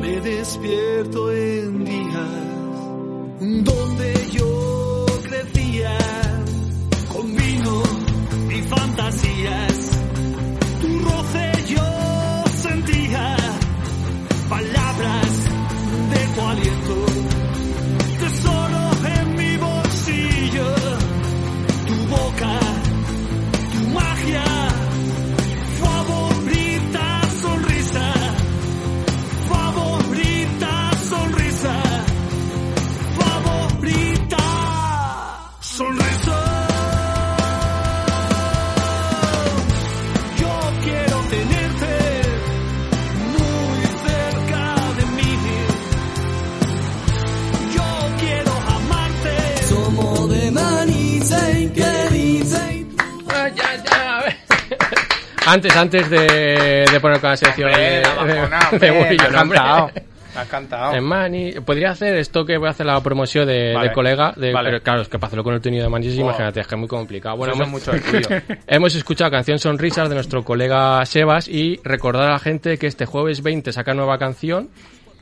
Speaker 10: me despierto en días donde yo crecía con vino y fantasías. Tu roce yo sentía, palabras de tu aliento, tesoro en mi bolsillo, tu boca, tu magia. Favorita sonrisa, favorita sonrisa, favorita sonrisa. Yo quiero tenerte muy cerca de mí. Yo quiero amarte. Somos de Manise que dicen.
Speaker 5: Antes, antes de, de poner con la sección de,
Speaker 6: Hombre, la bajona,
Speaker 5: de,
Speaker 6: hombre,
Speaker 5: de Bolillo,
Speaker 6: me has
Speaker 5: eh, hombre. (laughs)
Speaker 6: cantado. Me has cantado.
Speaker 5: En Mani, podría hacer esto que voy a hacer la promoción de,
Speaker 6: Vale.
Speaker 5: de colega, de-
Speaker 6: Vale.
Speaker 5: pero claro, es que para hacerlo con el tenido de Manchester,
Speaker 6: Wow.
Speaker 5: imagínate, es que es muy complicado. Bueno,
Speaker 6: Eso es
Speaker 5: hemos,
Speaker 6: mucho
Speaker 5: (laughs)
Speaker 6: estudio.
Speaker 5: hemos escuchado canción Sonrisas de nuestro colega Sebas y recordar a la gente que este jueves 20 saca nueva canción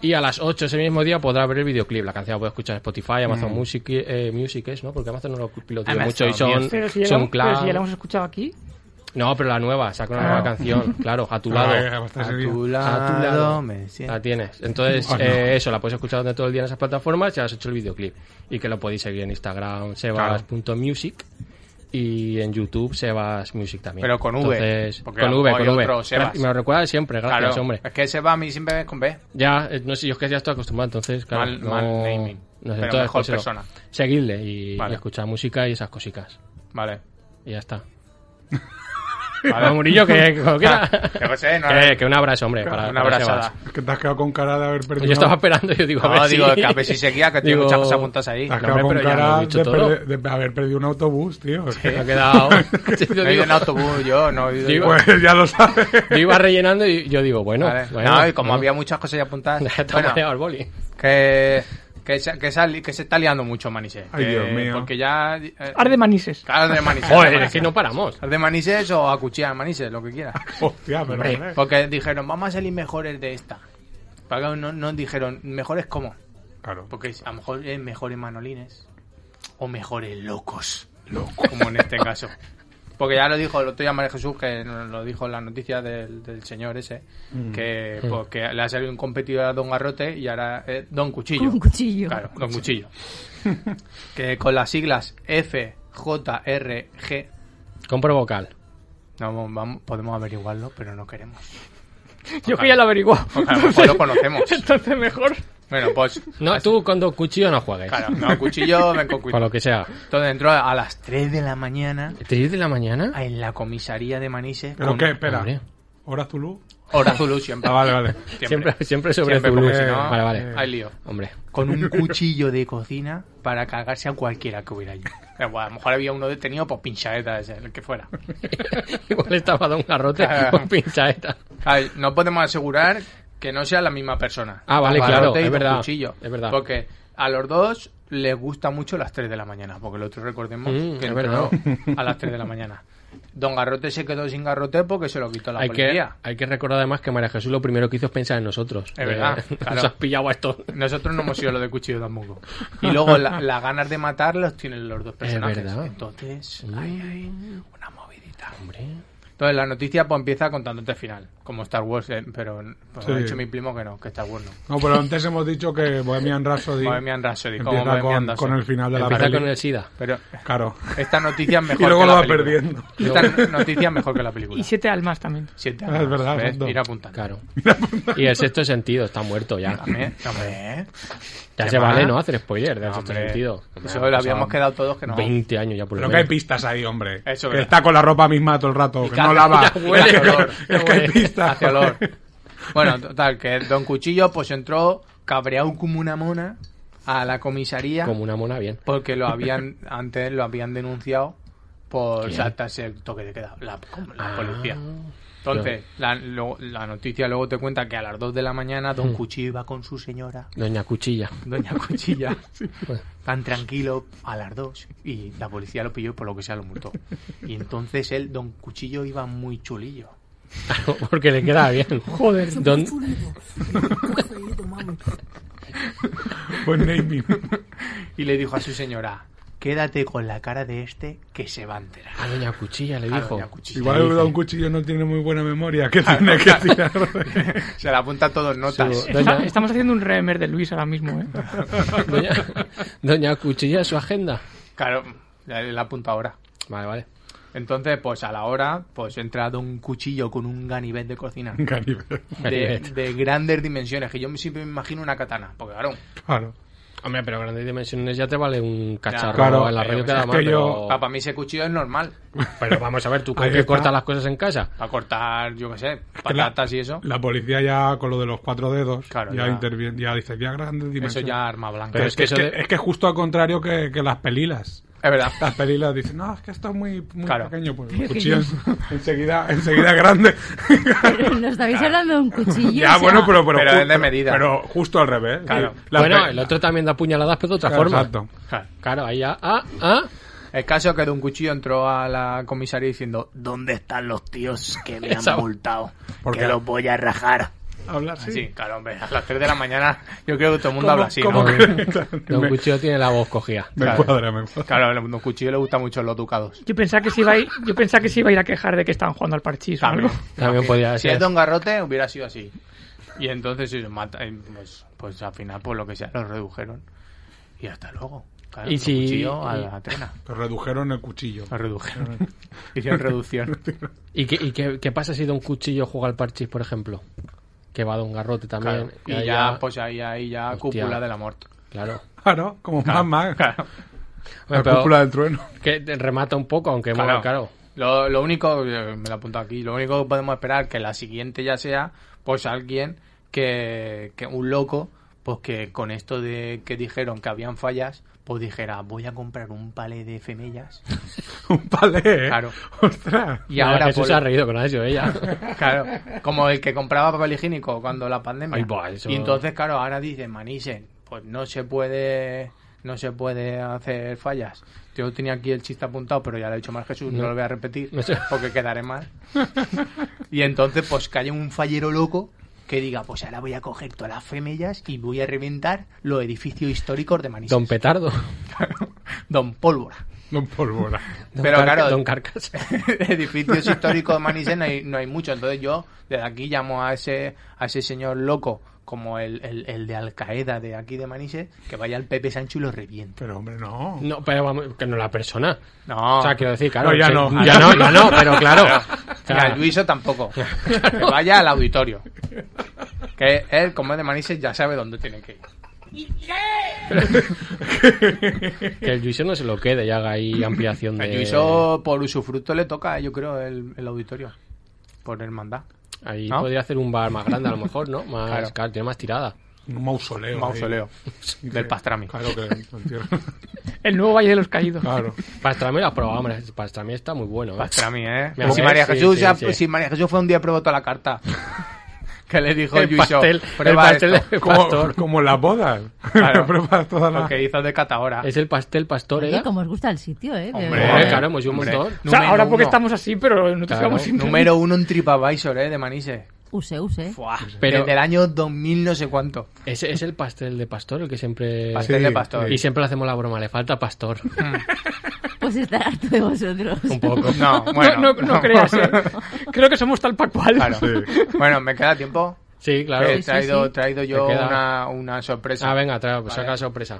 Speaker 5: y a las 8 ese mismo día podrá ver el videoclip. La canción la puede escuchar en Spotify, Amazon Music, eh, Music es, ¿no? Porque Amazon no lo pilotea
Speaker 6: Mm. Amazon
Speaker 5: mucho y son,
Speaker 6: Music.
Speaker 8: pero, si ya
Speaker 5: son
Speaker 8: lo, pero si ya
Speaker 5: cloud.
Speaker 8: lo hemos escuchado aquí.
Speaker 5: No, pero la nueva, saca una nueva canción, claro,
Speaker 6: (laughs)
Speaker 5: a tu
Speaker 4: Ah,
Speaker 5: lado.
Speaker 4: eh, hasta ese día.
Speaker 5: Ah. A tu lado.
Speaker 6: me siento.
Speaker 5: La tienes. Entonces,
Speaker 6: Ah,
Speaker 4: Bueno.
Speaker 5: eh, eso, la puedes escuchar durante todo el día en esas plataformas y has hecho el videoclip. Y que lo podéis seguir en Instagram, sebas.music y en YouTube, sebasmusic también.
Speaker 6: Pero con V,
Speaker 5: Entonces,
Speaker 6: porque
Speaker 5: con V,
Speaker 6: hay
Speaker 5: con V.
Speaker 6: otro Sebas.
Speaker 5: Gra- Me lo recuerda siempre, gracias,
Speaker 6: Claro,
Speaker 5: hombre.
Speaker 6: es que ese va a mí siempre me con B.
Speaker 5: Ya, eh, no sé, yo es que ya estoy acostumbrado, entonces, claro.
Speaker 6: Mal-
Speaker 5: no,
Speaker 6: mal naming. Pero
Speaker 5: no sé, entonces,
Speaker 6: mejor
Speaker 5: pues, eso,
Speaker 6: persona.
Speaker 5: Seguirle y,
Speaker 6: Vale.
Speaker 5: y escuchar música y esas cositas.
Speaker 6: Vale.
Speaker 5: Y
Speaker 6: (laughs)
Speaker 5: ya está.
Speaker 6: Vale.
Speaker 5: Vale, Murillo, que, como quiera.
Speaker 6: Ah, (laughs) yo qué sé,
Speaker 5: (laughs)
Speaker 6: no-
Speaker 5: que, que un abrazo, hombre.
Speaker 6: Claro,
Speaker 5: Eh, para,
Speaker 6: una
Speaker 5: para
Speaker 6: abrazada.
Speaker 5: Sebas.
Speaker 4: Es que te has quedado con cara de haber perdido.
Speaker 5: Yo estaba esperando, yo digo, a
Speaker 6: No,
Speaker 5: ver
Speaker 6: digo,
Speaker 5: si...
Speaker 6: que a ver si seguía, que tiene
Speaker 5: Digo,
Speaker 6: muchas cosas apuntadas ahí.
Speaker 4: Te has
Speaker 5: No,
Speaker 4: quedado
Speaker 5: hombre,
Speaker 4: con
Speaker 5: pero ya lo
Speaker 4: cara
Speaker 5: he dicho
Speaker 4: de,
Speaker 5: todo.
Speaker 4: perder- de haber perdido un autobús, tío.
Speaker 5: (laughs)
Speaker 4: Es
Speaker 5: Me
Speaker 4: que-
Speaker 6: (laughs)
Speaker 5: ha quedado... yo,
Speaker 6: No he ido
Speaker 5: digo,
Speaker 6: en autobús, yo no he ido-
Speaker 5: Digo,
Speaker 4: Pues (laughs) ya lo sabes.
Speaker 5: yo iba rellenando y yo digo, bueno...
Speaker 6: Vale.
Speaker 5: bueno,
Speaker 6: no, y como
Speaker 5: bueno. (laughs)
Speaker 6: había muchas cosas ya apuntadas,
Speaker 5: Ya te ha
Speaker 6: bueno,
Speaker 5: mareado el boli.
Speaker 6: que, que, se- que, se, ha li- que se está liando mucho Manises.
Speaker 4: Ay,
Speaker 6: que-
Speaker 4: Dios mío.
Speaker 6: Porque ya... eh,
Speaker 8: Arde manises.
Speaker 6: arde Manises. arde
Speaker 5: Joder, es
Speaker 6: Manises.
Speaker 5: que no paramos.
Speaker 6: Arde Manises o acuchillan Manises, lo que
Speaker 4: (laughs)
Speaker 6: quieras.
Speaker 4: Hostia, pero.
Speaker 5: Hombre,
Speaker 4: hombre.
Speaker 6: Porque dijeron, vamos a salir mejores de esta. Pero no, no dijeron, mejores cómo.
Speaker 4: Claro.
Speaker 6: Porque a lo mejor es mejores manolines o mejores locos. Como en este caso. (laughs) Porque ya lo dijo el otro día María Jesús, que nos lo dijo en la noticia del, del señor ese, que, pues, que le ha salido un competidor a Don Garrote y ahora es Don Cuchillo.
Speaker 7: Con un cuchillo.
Speaker 6: Claro, Don Cuchillo. que con las siglas F, J, R, G,
Speaker 5: Compro vocal.
Speaker 6: no, vamos, podemos averiguarlo, pero no queremos.
Speaker 8: Yo que ya
Speaker 6: (laughs)
Speaker 8: lo averiguo.
Speaker 6: Porque a lo mejor lo conocemos.
Speaker 8: (laughs) Entonces mejor.
Speaker 6: Bueno, pues,
Speaker 5: No, tú con dos cuchillos no juegues.
Speaker 6: claro, no, Cuchillo, ven con
Speaker 5: Con
Speaker 6: cuidado.
Speaker 5: lo que sea.
Speaker 6: Entonces entró a las 3 de la mañana
Speaker 5: ¿Te dices de la mañana?
Speaker 6: en la comisaría de Manises
Speaker 4: ¿Pero
Speaker 6: con
Speaker 4: qué? Espera.
Speaker 5: Hombre.
Speaker 4: ¿Hora Zulu?
Speaker 6: Hora Zulu siempre.
Speaker 4: Ah, vale, vale.
Speaker 5: Siempre, siempre sobre
Speaker 6: Siempre,
Speaker 5: Zulu.
Speaker 6: porque si no, eh.
Speaker 5: Vale, vale.
Speaker 6: hay lío.
Speaker 5: Hombre. (laughs)
Speaker 6: Con un cuchillo de cocina para cagarse a cualquiera que hubiera allí. Pero, bueno, a lo mejor había uno detenido por pinchaeta ese, el que fuera.
Speaker 5: Igual estaba Don Garrote
Speaker 6: Claro.
Speaker 5: con pinchaeta.
Speaker 6: Ay, no podemos asegurar que no sea la misma persona.
Speaker 5: Ah, vale,
Speaker 6: Don
Speaker 5: claro,
Speaker 6: Garrote y
Speaker 5: es
Speaker 6: Don
Speaker 5: verdad,
Speaker 6: Cuchillo.
Speaker 5: es verdad.
Speaker 6: Porque a los dos les gusta mucho las 3 de la mañana, porque el otro recordemos
Speaker 5: Mm,
Speaker 6: que
Speaker 5: es
Speaker 6: entró
Speaker 5: verdad.
Speaker 6: a las 3 de la mañana. Don Garrote se quedó sin garrote porque se lo quitó la
Speaker 5: hay que,
Speaker 6: policía.
Speaker 5: hay que recordar además que María Jesús lo primero que hizo es pensar en nosotros.
Speaker 6: Es
Speaker 5: De-
Speaker 6: verdad, claro.
Speaker 5: (laughs) Nos has pillado a estos.
Speaker 6: Nosotros no hemos sido lo de cuchillo
Speaker 5: (laughs)
Speaker 6: tampoco. Y luego la- las ganas de matar las tienen los dos personajes.
Speaker 5: verdad.
Speaker 6: Entonces, ay, ay, una movidita.
Speaker 5: Hombre.
Speaker 6: Entonces la noticia pues, empieza contándote el final, como Star Wars, eh, pero pues, me ha
Speaker 4: Sí.
Speaker 6: dicho mi primo que no, que Star Wars no.
Speaker 4: No, pero antes hemos dicho que Bohemian Rhapsody.
Speaker 6: Bohemian Rhapsody, como
Speaker 4: empieza
Speaker 6: Bohemian
Speaker 4: con,
Speaker 6: Rhapsody.
Speaker 4: con el final de la
Speaker 5: Empieza
Speaker 4: peli.
Speaker 5: con el SIDA.
Speaker 6: Pero
Speaker 5: (laughs)
Speaker 4: Claro.
Speaker 6: esta noticia
Speaker 4: (laughs)
Speaker 6: es mejor
Speaker 4: Y luego
Speaker 6: que
Speaker 4: lo
Speaker 6: la
Speaker 4: va
Speaker 6: película.
Speaker 4: perdiendo.
Speaker 6: Esta noticia es mejor que la película.
Speaker 8: Y siete almas también.
Speaker 6: Siete
Speaker 4: Es
Speaker 6: años,
Speaker 4: verdad,
Speaker 6: ¿ves?
Speaker 4: son dos.
Speaker 6: Ir apuntando.
Speaker 5: Claro.
Speaker 4: (laughs)
Speaker 5: Y el sexto sentido está muerto ya.
Speaker 6: También, hombre,
Speaker 5: Ya
Speaker 6: ¿Qué
Speaker 5: se
Speaker 6: más?
Speaker 5: vale, ¿no? Hacer spoiler del
Speaker 6: No,
Speaker 5: sexto
Speaker 6: hombre.
Speaker 5: sentido.
Speaker 6: Eso
Speaker 5: Hombre, pues
Speaker 6: lo
Speaker 5: han
Speaker 6: habíamos
Speaker 5: pasado
Speaker 6: quedado todos que no.
Speaker 5: 20 años ya por lo
Speaker 4: Pero que hay
Speaker 5: menos.
Speaker 4: pistas ahí, hombre.
Speaker 6: Eso,
Speaker 4: que
Speaker 6: ¿verdad?
Speaker 4: está con la ropa misma todo el rato. Que Pues no
Speaker 6: caga-
Speaker 4: lava.
Speaker 6: (laughs) ya huele,
Speaker 4: es,
Speaker 6: olor.
Speaker 4: que, es que hay pistas.
Speaker 6: Hace
Speaker 4: (laughs)
Speaker 6: olor. Bueno, total, que Don Cuchillo pues entró cabreado como una mona a la comisaría
Speaker 5: Como una mona bien.
Speaker 6: porque lo
Speaker 4: (laughs)
Speaker 6: habían, antes lo habían denunciado por
Speaker 5: ¿Quién?
Speaker 6: saltarse el toque de queda, la, como la
Speaker 5: Ah.
Speaker 6: policía. Entonces, la, lo- la noticia luego te cuenta que a las 2 de la mañana
Speaker 4: Mm.
Speaker 6: Don Cuchillo iba con su señora,
Speaker 5: Doña Cuchilla. (laughs)
Speaker 6: (laughs) Doña Cuchilla, tan tranquilo a las 2 y la policía lo pilló y por lo que sea lo multó. Y entonces él, Don Cuchillo, iba muy chulillo.
Speaker 5: Claro, porque le queda bien. Joder. Don...
Speaker 4: Buen naming.
Speaker 6: Y le dijo a su señora, quédate con la cara de este que se va a enterar.
Speaker 5: A Ah, Doña Cuchilla le
Speaker 6: A
Speaker 5: dijo.
Speaker 6: Ah, doña Cuchilla.
Speaker 4: Igual
Speaker 5: dice.
Speaker 4: un cuchillo no tiene muy buena memoria. Que
Speaker 5: (laughs)
Speaker 4: tiene
Speaker 5: Ah,
Speaker 4: que tirar. de-
Speaker 6: se la apunta todo en notas.
Speaker 5: Su- Doña-
Speaker 8: Estamos haciendo un remer de Luis ahora mismo, ¿eh?
Speaker 5: (laughs) Doña, Doña Cuchilla, su agenda.
Speaker 6: Claro, la, la apunta ahora.
Speaker 5: Vale, vale.
Speaker 6: Entonces, pues a la hora, pues entra Don Cuchillo con un ganivet de cocina.
Speaker 4: Canivel.
Speaker 6: De,
Speaker 5: Ganivet.
Speaker 6: de grandes dimensiones, que yo me- siempre me imagino una katana. Porque claro,
Speaker 4: Claro.
Speaker 5: Hombre, pero grandes dimensiones ya te vale un cacharro
Speaker 4: Claro.
Speaker 5: en la radio
Speaker 6: Pero
Speaker 5: cada
Speaker 6: es Ah,
Speaker 5: más,
Speaker 4: que
Speaker 5: pero...
Speaker 4: yo-
Speaker 6: para mí ese cuchillo es normal.
Speaker 5: pero vamos a ver, ¿tú con
Speaker 4: (laughs) Ahí
Speaker 5: qué
Speaker 4: está.
Speaker 5: cortas las cosas en casa?
Speaker 6: Para cortar, yo qué sé,
Speaker 4: Que la-
Speaker 6: patatas y eso.
Speaker 4: La policía ya con lo de los cuatro dedos.
Speaker 6: Claro,
Speaker 4: ya,
Speaker 6: ya.
Speaker 4: interviene. Ya dice, ya grandes
Speaker 6: Eso
Speaker 4: dimensiones.
Speaker 6: ya arma blanca.
Speaker 5: Pero
Speaker 4: Pero
Speaker 5: es
Speaker 4: es,
Speaker 5: que
Speaker 4: que,
Speaker 5: eso
Speaker 4: es, que,
Speaker 5: de-
Speaker 4: es que es justo al contrario que, que las pelilas.
Speaker 6: Es verdad.
Speaker 4: Las pelilas dicen, no, es que esto es muy, muy
Speaker 6: Claro.
Speaker 4: pequeño. Pues el cuchillo es- (laughs) enseguida, enseguida es grande.
Speaker 7: Pero nos estabais hablando de un cuchillo.
Speaker 4: ya,
Speaker 7: o sea,
Speaker 4: bueno, pero, pero,
Speaker 6: Pero es de
Speaker 4: pero-
Speaker 6: medida.
Speaker 4: Pero justo al revés.
Speaker 6: Claro.
Speaker 4: Las
Speaker 5: bueno,
Speaker 4: pe-
Speaker 5: el otro también da puñaladas, pero de otra
Speaker 4: Claro,
Speaker 5: forma.
Speaker 4: Exacto.
Speaker 6: Claro.
Speaker 5: Claro, ahí ya... Ah, ah.
Speaker 6: El caso es que Don Cuchillo entró a la comisaría diciendo, (laughs)
Speaker 9: ¿Dónde están los tíos que me
Speaker 5: Esa-
Speaker 9: han multado?
Speaker 4: Porque-
Speaker 9: Que los voy a rajar.
Speaker 4: hablar
Speaker 6: Sí,
Speaker 4: así.
Speaker 6: claro, hombre, a las 3 de la mañana yo creo que todo el mundo
Speaker 4: ¿Cómo-
Speaker 6: habla así,
Speaker 4: cómo
Speaker 6: ¿no?
Speaker 4: que- (laughs) claro,
Speaker 5: Don
Speaker 4: me,
Speaker 5: Cuchillo tiene la voz cogida.
Speaker 4: me
Speaker 6: Claro.
Speaker 4: cuadra, me cuadra.
Speaker 6: Claro, a los cuchillos le gustan mucho los ducados.
Speaker 8: Yo pensaba que se iba a ir, yo pensaba que se iba a ir a quejar de que estaban jugando al parchís o algo.
Speaker 6: También,
Speaker 5: También podría
Speaker 6: Ah, si
Speaker 5: ser.
Speaker 6: es Don Garrote, hubiera sido así. Y entonces, si se mata, eh, pues, pues al final, por lo que sea, los redujeron. Y hasta luego. Claro,
Speaker 5: Y
Speaker 6: Don
Speaker 5: si-
Speaker 6: Cuchillo a
Speaker 5: y-
Speaker 6: la
Speaker 5: (laughs)
Speaker 6: trena.
Speaker 4: Pero redujeron el cuchillo.
Speaker 6: Lo redujeron. (laughs) Hicieron reducción.
Speaker 5: ¿Y, qué, y qué, qué pasa si Don Cuchillo juega al parchís, por ejemplo? Que va Don Garrote también.
Speaker 6: Claro. Y ya, pues ahí, ahí ya,
Speaker 5: Hostia.
Speaker 6: cúpula de la muerte.
Speaker 5: Claro.
Speaker 4: Claro, como más más. La
Speaker 5: Bueno, pero
Speaker 4: cúpula del trueno. (laughs)
Speaker 5: que te remata un poco, aunque claro. caro.
Speaker 6: Lo, lo único, eh, me lo apunto aquí, lo único que podemos esperar que la siguiente ya sea, pues alguien que, que un loco, pues que con esto de que dijeron que habían fallas, pues dijera, voy a comprar un palé de femellas.
Speaker 4: Un palé, ¿eh?
Speaker 6: Claro.
Speaker 4: Ostras.
Speaker 6: Y ahora,
Speaker 5: Jesús
Speaker 6: por-
Speaker 5: se ha reído con eso,
Speaker 6: (laughs)
Speaker 5: ¿eh? ella.
Speaker 6: claro, como el que compraba papel higiénico cuando la pandemia.
Speaker 5: Ay, buah, eso-
Speaker 6: Y entonces, claro, ahora dicen, Manisen, pues no se puede, no se puede hacer fallas. Yo tenía aquí el chiste apuntado, pero ya lo ha dicho más Jesús, no, lo voy a repetir
Speaker 5: No sé.
Speaker 6: porque quedaré
Speaker 5: (laughs)
Speaker 6: mal. y entonces, pues que haya un fallero loco que diga, pues ahora voy a coger todas las femellas y voy a reventar los edificios históricos de Manises.
Speaker 5: Don Petardo.
Speaker 6: Don Pólvora.
Speaker 4: Don Pólvora.
Speaker 5: Don
Speaker 6: Pero
Speaker 5: Carca-
Speaker 6: claro-
Speaker 5: Don Carcas.
Speaker 6: (laughs) edificios históricos de Manises no hay, no hay mucho. Entonces yo desde aquí llamo a ese, a ese señor loco como el, el, el de Al Qaeda de aquí de Manises, que vaya al Pepe Sancho y lo reviente.
Speaker 4: Pero hombre, no.
Speaker 5: No, pero vamos, que no la persona.
Speaker 6: No,
Speaker 5: O sea, quiero decir, claro.
Speaker 4: No, ya
Speaker 5: sí,
Speaker 4: no.
Speaker 5: Ya (laughs) no, ya no, pero claro.
Speaker 6: ni
Speaker 5: Claro.
Speaker 6: al Luiso
Speaker 5: (laughs)
Speaker 6: tampoco. Que vaya al auditorio. Que él, como es de Manises, ya sabe dónde tiene que ir.
Speaker 5: Que el Luiso no se lo quede y haga ahí ampliación de.
Speaker 6: El Luiso, por usufructo, le toca, yo creo, el, el auditorio. Por hermandad.
Speaker 5: Ahí
Speaker 6: ¿no?
Speaker 5: podría hacer un bar más grande, a lo mejor, ¿no? Más,
Speaker 6: Claro.
Speaker 5: claro. tiene más tirada.
Speaker 4: Un mausoleo. ahí.
Speaker 6: Mausoleo. Del pastrami.
Speaker 4: Claro que lo entierran.
Speaker 8: El nuevo Valle de
Speaker 6: (laughs)
Speaker 8: los Caídos.
Speaker 4: Claro.
Speaker 5: Pastrami lo has probado, hombre. Pastrami está muy bueno. ¿eh?
Speaker 6: Pastrami, ¿eh?
Speaker 5: Mira,
Speaker 6: si,
Speaker 5: sí,
Speaker 6: María
Speaker 5: sí,
Speaker 6: Jesús
Speaker 5: sí,
Speaker 6: ya-
Speaker 5: sí.
Speaker 6: si María Jesús fue un día probó toda la
Speaker 5: (laughs)
Speaker 6: carta. que le dijo
Speaker 5: (laughs) El
Speaker 6: Yuiso,
Speaker 5: pastel, el
Speaker 6: prueba
Speaker 5: pastel
Speaker 6: esto.
Speaker 5: de
Speaker 4: Como,
Speaker 5: pastor.
Speaker 4: como las bodas.
Speaker 6: Claro.
Speaker 4: (laughs) Pruebas todas
Speaker 6: Lo
Speaker 4: las...
Speaker 6: que hizo de catahora.
Speaker 5: Es el pastel pastor, ¿eh?
Speaker 7: Oye, como os gusta el sitio, ¿eh? De
Speaker 6: Hombre,
Speaker 7: verdad.
Speaker 5: Hombre, claro, hemos ido un
Speaker 6: hombre.
Speaker 5: montón.
Speaker 8: O sea,
Speaker 6: Número
Speaker 8: ahora porque
Speaker 6: uno.
Speaker 8: estamos así, pero no te
Speaker 5: Claro. (laughs)
Speaker 8: quedamos sin
Speaker 6: Número uno en TripAdvisor, ¿eh? De Manises.
Speaker 7: Use, use.
Speaker 6: Buah,
Speaker 5: Pero-
Speaker 6: Desde el año 2000 no sé cuánto.
Speaker 5: ¿Es, es el pastel de pastor el que siempre...
Speaker 6: Pastel
Speaker 4: Sí,
Speaker 6: de pastor.
Speaker 5: Y siempre le hacemos la broma, le
Speaker 6: (laughs)
Speaker 5: falta pastor.
Speaker 7: Pues estar harto de vosotros.
Speaker 5: Un
Speaker 6: (laughs)
Speaker 5: poco.
Speaker 6: No, bueno.
Speaker 8: (laughs) no, no, no
Speaker 5: (laughs)
Speaker 8: creas, ¿eh? Creo que somos tal pa' cual. (laughs)
Speaker 6: Claro.
Speaker 4: Sí.
Speaker 6: Bueno, ¿me queda tiempo? Eh,
Speaker 5: Sí, claro.
Speaker 6: Que he
Speaker 7: sí,
Speaker 6: traído,
Speaker 7: sí.
Speaker 6: traído yo
Speaker 5: Me queda.
Speaker 6: una, una sorpresa.
Speaker 5: Ah, venga, trae, pues saca la sorpresa.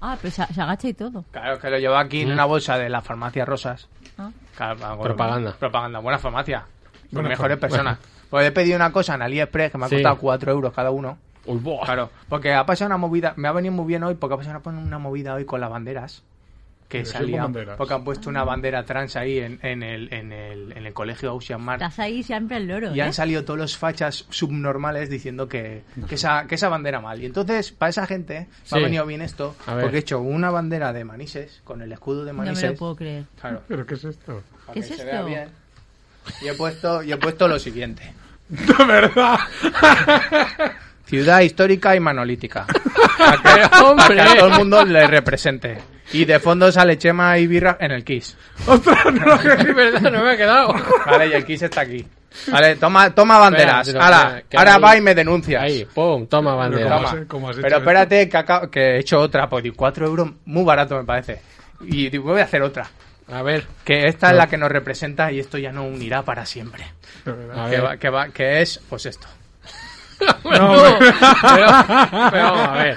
Speaker 7: Ah, pero se, se agacha y todo.
Speaker 6: Claro, que lo llevo aquí en una bolsa de la farmacia Rosas.
Speaker 7: Ah.
Speaker 6: Claro, bueno,
Speaker 5: Propaganda.
Speaker 6: Propaganda, buena farmacia. Con
Speaker 4: Buena
Speaker 6: mejores
Speaker 4: farmacia.
Speaker 6: personas. Pues he pedido una cosa en AliExpress que me ha
Speaker 5: Sí.
Speaker 6: costado 4 euros cada uno.
Speaker 5: Uy, buah.
Speaker 6: Claro, porque ha pasado una movida, me ha venido muy bien hoy porque ha pasado una, una movida hoy con las banderas. Que
Speaker 4: Pero sí,
Speaker 6: salía,
Speaker 4: con banderas.
Speaker 6: porque han puesto una bandera trans ahí en, en el, en, el, en el colegio Ocean Mar.
Speaker 7: Estás ahí siempre al loro,
Speaker 6: Y
Speaker 7: ¿eh?
Speaker 6: han salido todos los fachas subnormales diciendo que, que, esa, que esa bandera mal. Y entonces, para esa gente, me ha
Speaker 5: Sí.
Speaker 6: venido bien esto,
Speaker 5: A ver.
Speaker 6: porque he hecho una bandera de Manises con el escudo de
Speaker 7: No me
Speaker 6: Manises.
Speaker 7: lo puedo creer.
Speaker 6: Claro,
Speaker 4: ¿Pero qué es esto?
Speaker 6: para que
Speaker 7: ¿Qué es
Speaker 6: se vea
Speaker 7: esto?
Speaker 6: bien. Y he puesto, y he puesto lo siguiente.
Speaker 4: De verdad.
Speaker 6: (laughs) Ciudad histórica y manolítica.
Speaker 5: Pero,
Speaker 6: Para que a todo el
Speaker 5: ¡Hombre!
Speaker 6: mundo le represente. Y de fondo sale Chema y Birra en el Kiss.
Speaker 4: Ostras, no.
Speaker 5: Es verdad, no me ha (laughs)
Speaker 8: (laughs)
Speaker 5: quedado.
Speaker 6: Vale, y el Kiss está aquí. Vale, toma, toma banderas.
Speaker 5: Espera,
Speaker 6: Ala,
Speaker 5: espera, que
Speaker 6: ahora
Speaker 5: ahí-
Speaker 6: va y me denuncias.
Speaker 5: Ahí, pum, toma bandera.
Speaker 4: ¿Cómo
Speaker 6: Toma.
Speaker 4: has- cómo has hecho
Speaker 6: Pero
Speaker 4: esto?
Speaker 6: espérate, que, acabo- que he hecho otra, pues 4 euros, muy barato me parece. Y digo, voy a hacer otra.
Speaker 5: A ver,
Speaker 6: Que esta es la que nos representa y esto ya no unirá para siempre.
Speaker 5: a
Speaker 6: Que,
Speaker 5: ver.
Speaker 6: va- que, va- que es, pues esto.
Speaker 5: No, pero,
Speaker 6: (laughs)
Speaker 5: pero vamos a ver.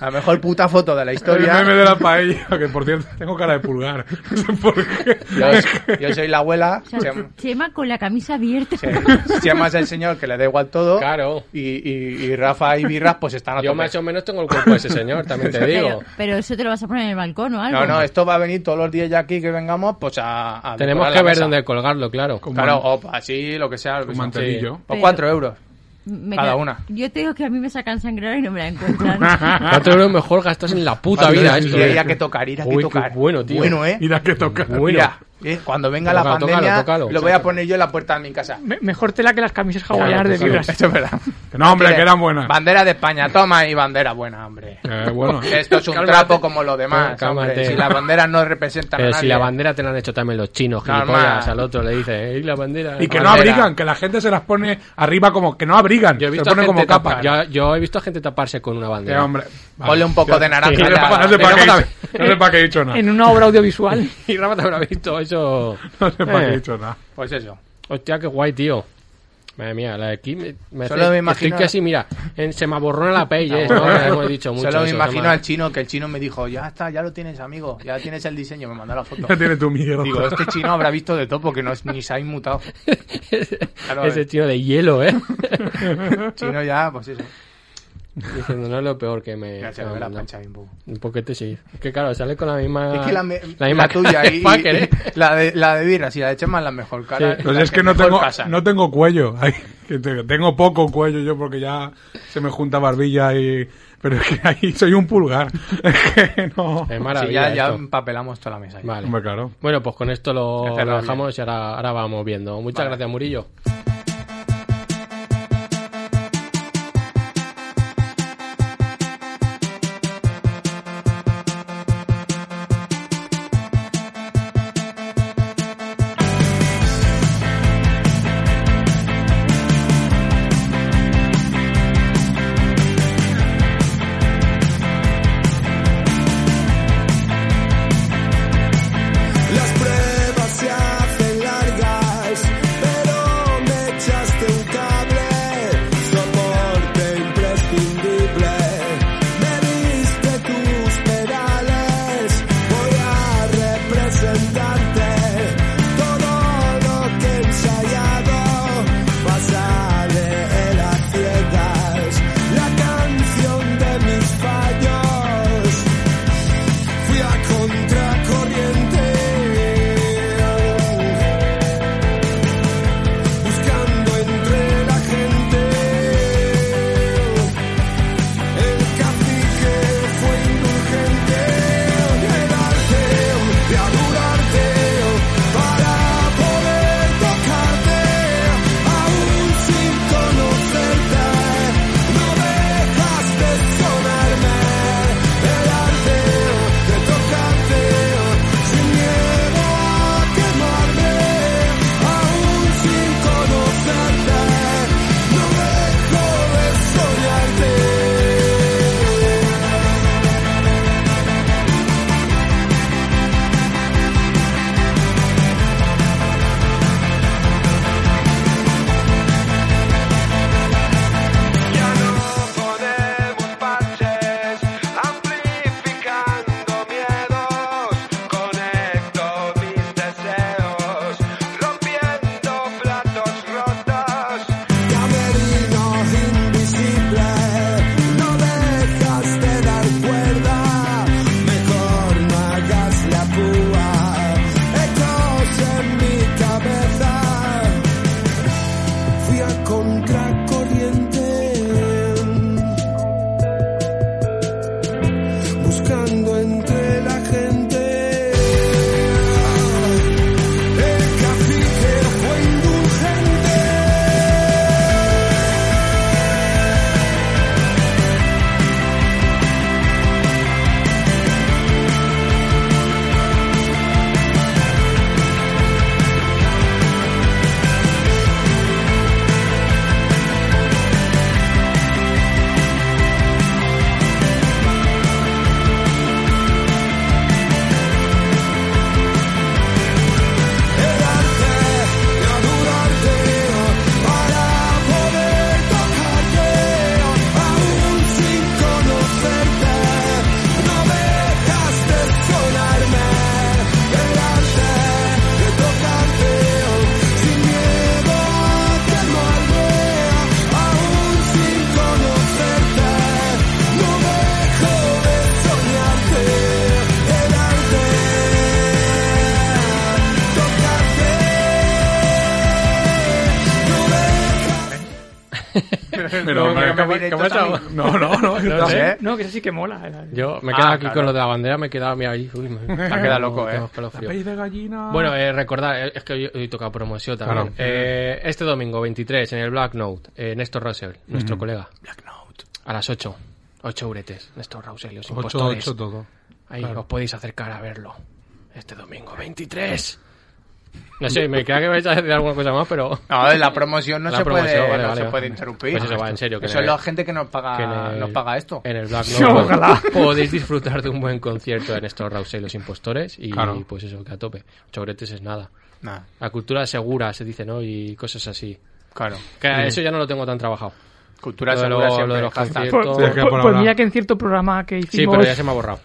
Speaker 6: La mejor puta foto de la
Speaker 4: El
Speaker 6: historia.
Speaker 4: meme de la paella, (laughs) que por cierto tengo cara de pulgar. (laughs) No sé por qué.
Speaker 6: Yo, yo soy la abuela.
Speaker 7: O sea,
Speaker 6: Chema-
Speaker 7: Chema con la camisa abierta. (laughs)
Speaker 6: Se, se llama el señor que le da igual todo.
Speaker 5: Claro.
Speaker 6: Y, y- y Rafa y Birras pues están a
Speaker 5: Yo
Speaker 6: tope.
Speaker 5: más o menos tengo el cuerpo de ese señor,
Speaker 6: (laughs)
Speaker 5: también te
Speaker 7: Pero,
Speaker 5: digo.
Speaker 7: pero eso te lo vas a poner en el balcón o algo.
Speaker 6: No, no, esto va a venir todos los días ya aquí que vengamos, pues a. a
Speaker 5: Tenemos
Speaker 6: decorar
Speaker 5: que
Speaker 6: la
Speaker 5: ver
Speaker 6: mesa.
Speaker 5: dónde colgarlo, claro.
Speaker 6: Claro, o así, lo que sea. Lo que
Speaker 4: Un
Speaker 6: sea.
Speaker 4: mantelillo.
Speaker 6: O
Speaker 7: Pero-
Speaker 6: 4 euros.
Speaker 7: Me
Speaker 6: Cada
Speaker 7: ca-
Speaker 6: una.
Speaker 7: Yo te digo que a mí me sacan sangrar y no me
Speaker 6: (laughs)
Speaker 7: la encuentran.
Speaker 5: Cuatro
Speaker 6: Ah.
Speaker 5: euros mejor gastas en la puta
Speaker 6: Cuatro
Speaker 5: vida
Speaker 6: euros.
Speaker 5: esto.
Speaker 6: Y
Speaker 5: eh.
Speaker 6: ir a que tocar, ir a que
Speaker 5: Uy, qué
Speaker 6: tocar.
Speaker 5: bueno, tío.
Speaker 6: Bueno, ¿eh?
Speaker 4: (laughs) Mira que toca.
Speaker 5: Bueno.
Speaker 6: Mira, Eh, Cuando venga
Speaker 5: Tócalo,
Speaker 6: la
Speaker 5: tócalo,
Speaker 6: pandemia,
Speaker 5: tócalo.
Speaker 6: lo voy a poner yo en la puerta de mi casa.
Speaker 8: Me- mejor tela que las camisas hawaianas
Speaker 5: Claro,
Speaker 8: de
Speaker 5: claro.
Speaker 8: fibras.
Speaker 6: Eso es verdad.
Speaker 4: Que no, hombre, que eran buenas.
Speaker 6: Bandera de España, toma y bandera buena, hombre.
Speaker 4: Eh, bueno.
Speaker 6: Esto es un
Speaker 5: Cálmate.
Speaker 6: trapo como lo demás.
Speaker 5: Cálmate.
Speaker 6: hombre. Si la bandera no representa a
Speaker 5: Pero
Speaker 6: nadie.
Speaker 5: si la bandera te la han hecho también los chinos,
Speaker 6: Normal.
Speaker 5: gilipollas, al otro le dice, ¿y la bandera?
Speaker 4: Y que no
Speaker 6: Bandera.
Speaker 4: abrigan, que la gente se las pone arriba como que no abrigan,
Speaker 5: Yo he
Speaker 4: se
Speaker 5: visto,
Speaker 4: pone
Speaker 5: a
Speaker 4: como
Speaker 5: gente
Speaker 4: capa.
Speaker 5: tapar- yo, yo he visto a gente taparse con una
Speaker 4: Eh,
Speaker 5: bandera.
Speaker 4: hombre, vale.
Speaker 6: Ponle un poco de
Speaker 4: (laughs)
Speaker 6: naranja.
Speaker 5: Sí.
Speaker 4: No
Speaker 6: ya,
Speaker 4: sé pa- no sé
Speaker 6: bandera.
Speaker 4: para qué, he- no sé pa' qué he dicho nada.
Speaker 8: En una obra audiovisual.
Speaker 5: (laughs) Y Rafa también habrá visto eso.
Speaker 4: No sé para qué he
Speaker 5: Eh.
Speaker 4: dicho nada.
Speaker 6: Pues eso.
Speaker 5: Hostia, qué guay, tío. Madre mía, la de aquí me, me
Speaker 6: Solo
Speaker 5: hace-
Speaker 6: me imagino-
Speaker 5: Estoy casi, mira, en- se me aborrona la page,
Speaker 6: (laughs)
Speaker 5: eh,
Speaker 6: No,
Speaker 5: ¿no?
Speaker 6: bueno.
Speaker 5: Hemos dicho mucho
Speaker 6: Solo me
Speaker 5: eso,
Speaker 6: imagino
Speaker 5: se me-
Speaker 6: al chino que el chino me dijo, ya está, ya lo tienes, amigo, ya tienes el diseño, me mandó la
Speaker 5: (laughs)
Speaker 6: foto.
Speaker 4: Ya tiene tu mierda.
Speaker 6: Digo, este chino habrá visto de todo porque no es, ni se ha
Speaker 5: (laughs)
Speaker 6: inmutado. Claro,
Speaker 5: Ese
Speaker 6: eh.
Speaker 5: chino de hielo, ¿eh?
Speaker 6: Chino ya, pues eso.
Speaker 5: Diciendo, no es lo peor que me...
Speaker 6: Ya se
Speaker 5: me
Speaker 6: me
Speaker 5: han
Speaker 6: ve la
Speaker 5: mandado".
Speaker 6: pancha bien Ah, poco.
Speaker 5: Un poquete sí. Es que claro, sale con la misma...
Speaker 6: Es que la, me-
Speaker 5: la misma
Speaker 6: la tuya
Speaker 5: (laughs) cara de
Speaker 6: y, y-
Speaker 5: fucker, ¿eh?
Speaker 6: y la de la de Birra, si la de Chema es la mejor cara.
Speaker 5: Sí.
Speaker 4: (laughs) Pues
Speaker 6: la
Speaker 4: es que no
Speaker 6: mejor
Speaker 4: tengo,
Speaker 6: casa.
Speaker 4: no tengo cuello. (laughs) Ay, que te- tengo poco cuello yo porque ya se me junta barbilla y... Pero es que ahí soy un pulgar. (laughs) Es que no...
Speaker 5: Es
Speaker 6: Sí,
Speaker 5: maravilla
Speaker 6: ya, ya
Speaker 5: esto.
Speaker 6: empapelamos toda la mesa. ya.
Speaker 5: Vale.
Speaker 4: Hombre, claro.
Speaker 5: Bueno, pues con esto lo,
Speaker 6: Hacerlo
Speaker 5: lo dejamos y ahora, ahora vamos viendo. Muchas
Speaker 6: Vale.
Speaker 5: gracias, Murillo.
Speaker 10: Las pruebas se hacen largas, pero me
Speaker 4: Pero, hombre,
Speaker 6: pero me
Speaker 4: ¿qué-
Speaker 6: directo
Speaker 4: qué pasa?
Speaker 6: también.
Speaker 4: No, no, no.
Speaker 5: No sé.
Speaker 6: ¿Eh?
Speaker 8: No, que eso sí que mola.
Speaker 5: Yo me
Speaker 6: Ah,
Speaker 5: he quedado aquí
Speaker 6: claro.
Speaker 5: con lo de la bandera, me he quedado mira, ahí.
Speaker 6: (laughs)
Speaker 5: uy, me-
Speaker 6: Ha quedado loco,
Speaker 5: tengo
Speaker 6: eh.
Speaker 5: escalofrío.
Speaker 4: Pez de gallina.
Speaker 5: Bueno, eh, recordad, eh, es que hoy, hoy toca promoción también.
Speaker 4: Claro.
Speaker 5: Eh, este domingo 23 en el Black Note, eh, Néstor Russell, nuestro colega. Black Note. A las 8. 8 uretes, Néstor Russell, los
Speaker 4: 8,
Speaker 5: impostores.
Speaker 4: 8 todo.
Speaker 5: Ahí os podéis acercar a verlo. Este domingo 23. No sé, me queda que vais a decir alguna cosa más, pero.
Speaker 6: No, de la promoción no
Speaker 5: La
Speaker 6: se
Speaker 5: promoción,
Speaker 6: puede,
Speaker 5: vale,
Speaker 6: no
Speaker 5: vale,
Speaker 6: se
Speaker 5: vale.
Speaker 6: puede interrumpir.
Speaker 5: Pues eso va, en serio, que
Speaker 6: Eso
Speaker 5: le-
Speaker 6: es la gente que nos
Speaker 5: que en
Speaker 6: paga,
Speaker 5: el-
Speaker 6: nos paga esto.
Speaker 5: En el Black
Speaker 8: No,
Speaker 5: Note pod-
Speaker 8: ojalá.
Speaker 5: (laughs) podéis disfrutar de un buen concierto de Néstor Rousey y los impostores. Y
Speaker 4: Claro.
Speaker 5: pues eso, que a tope. Chobretes es nada.
Speaker 6: Nada,
Speaker 5: La cultura segura, se dice, ¿no? Y cosas así.
Speaker 6: claro.
Speaker 5: Que eso ya no lo tengo tan trabajado.
Speaker 6: Cultura
Speaker 5: Lo de lo-
Speaker 6: segura
Speaker 5: lo
Speaker 6: siempre.
Speaker 5: de los
Speaker 6: hashtag.
Speaker 5: conciertos.
Speaker 8: Pues,
Speaker 5: Cierto.
Speaker 4: Sí, es que por ahora-
Speaker 8: mira que en cierto programa que
Speaker 5: Sí,
Speaker 8: hicimos
Speaker 5: pero ya se me ha (laughs) borrado.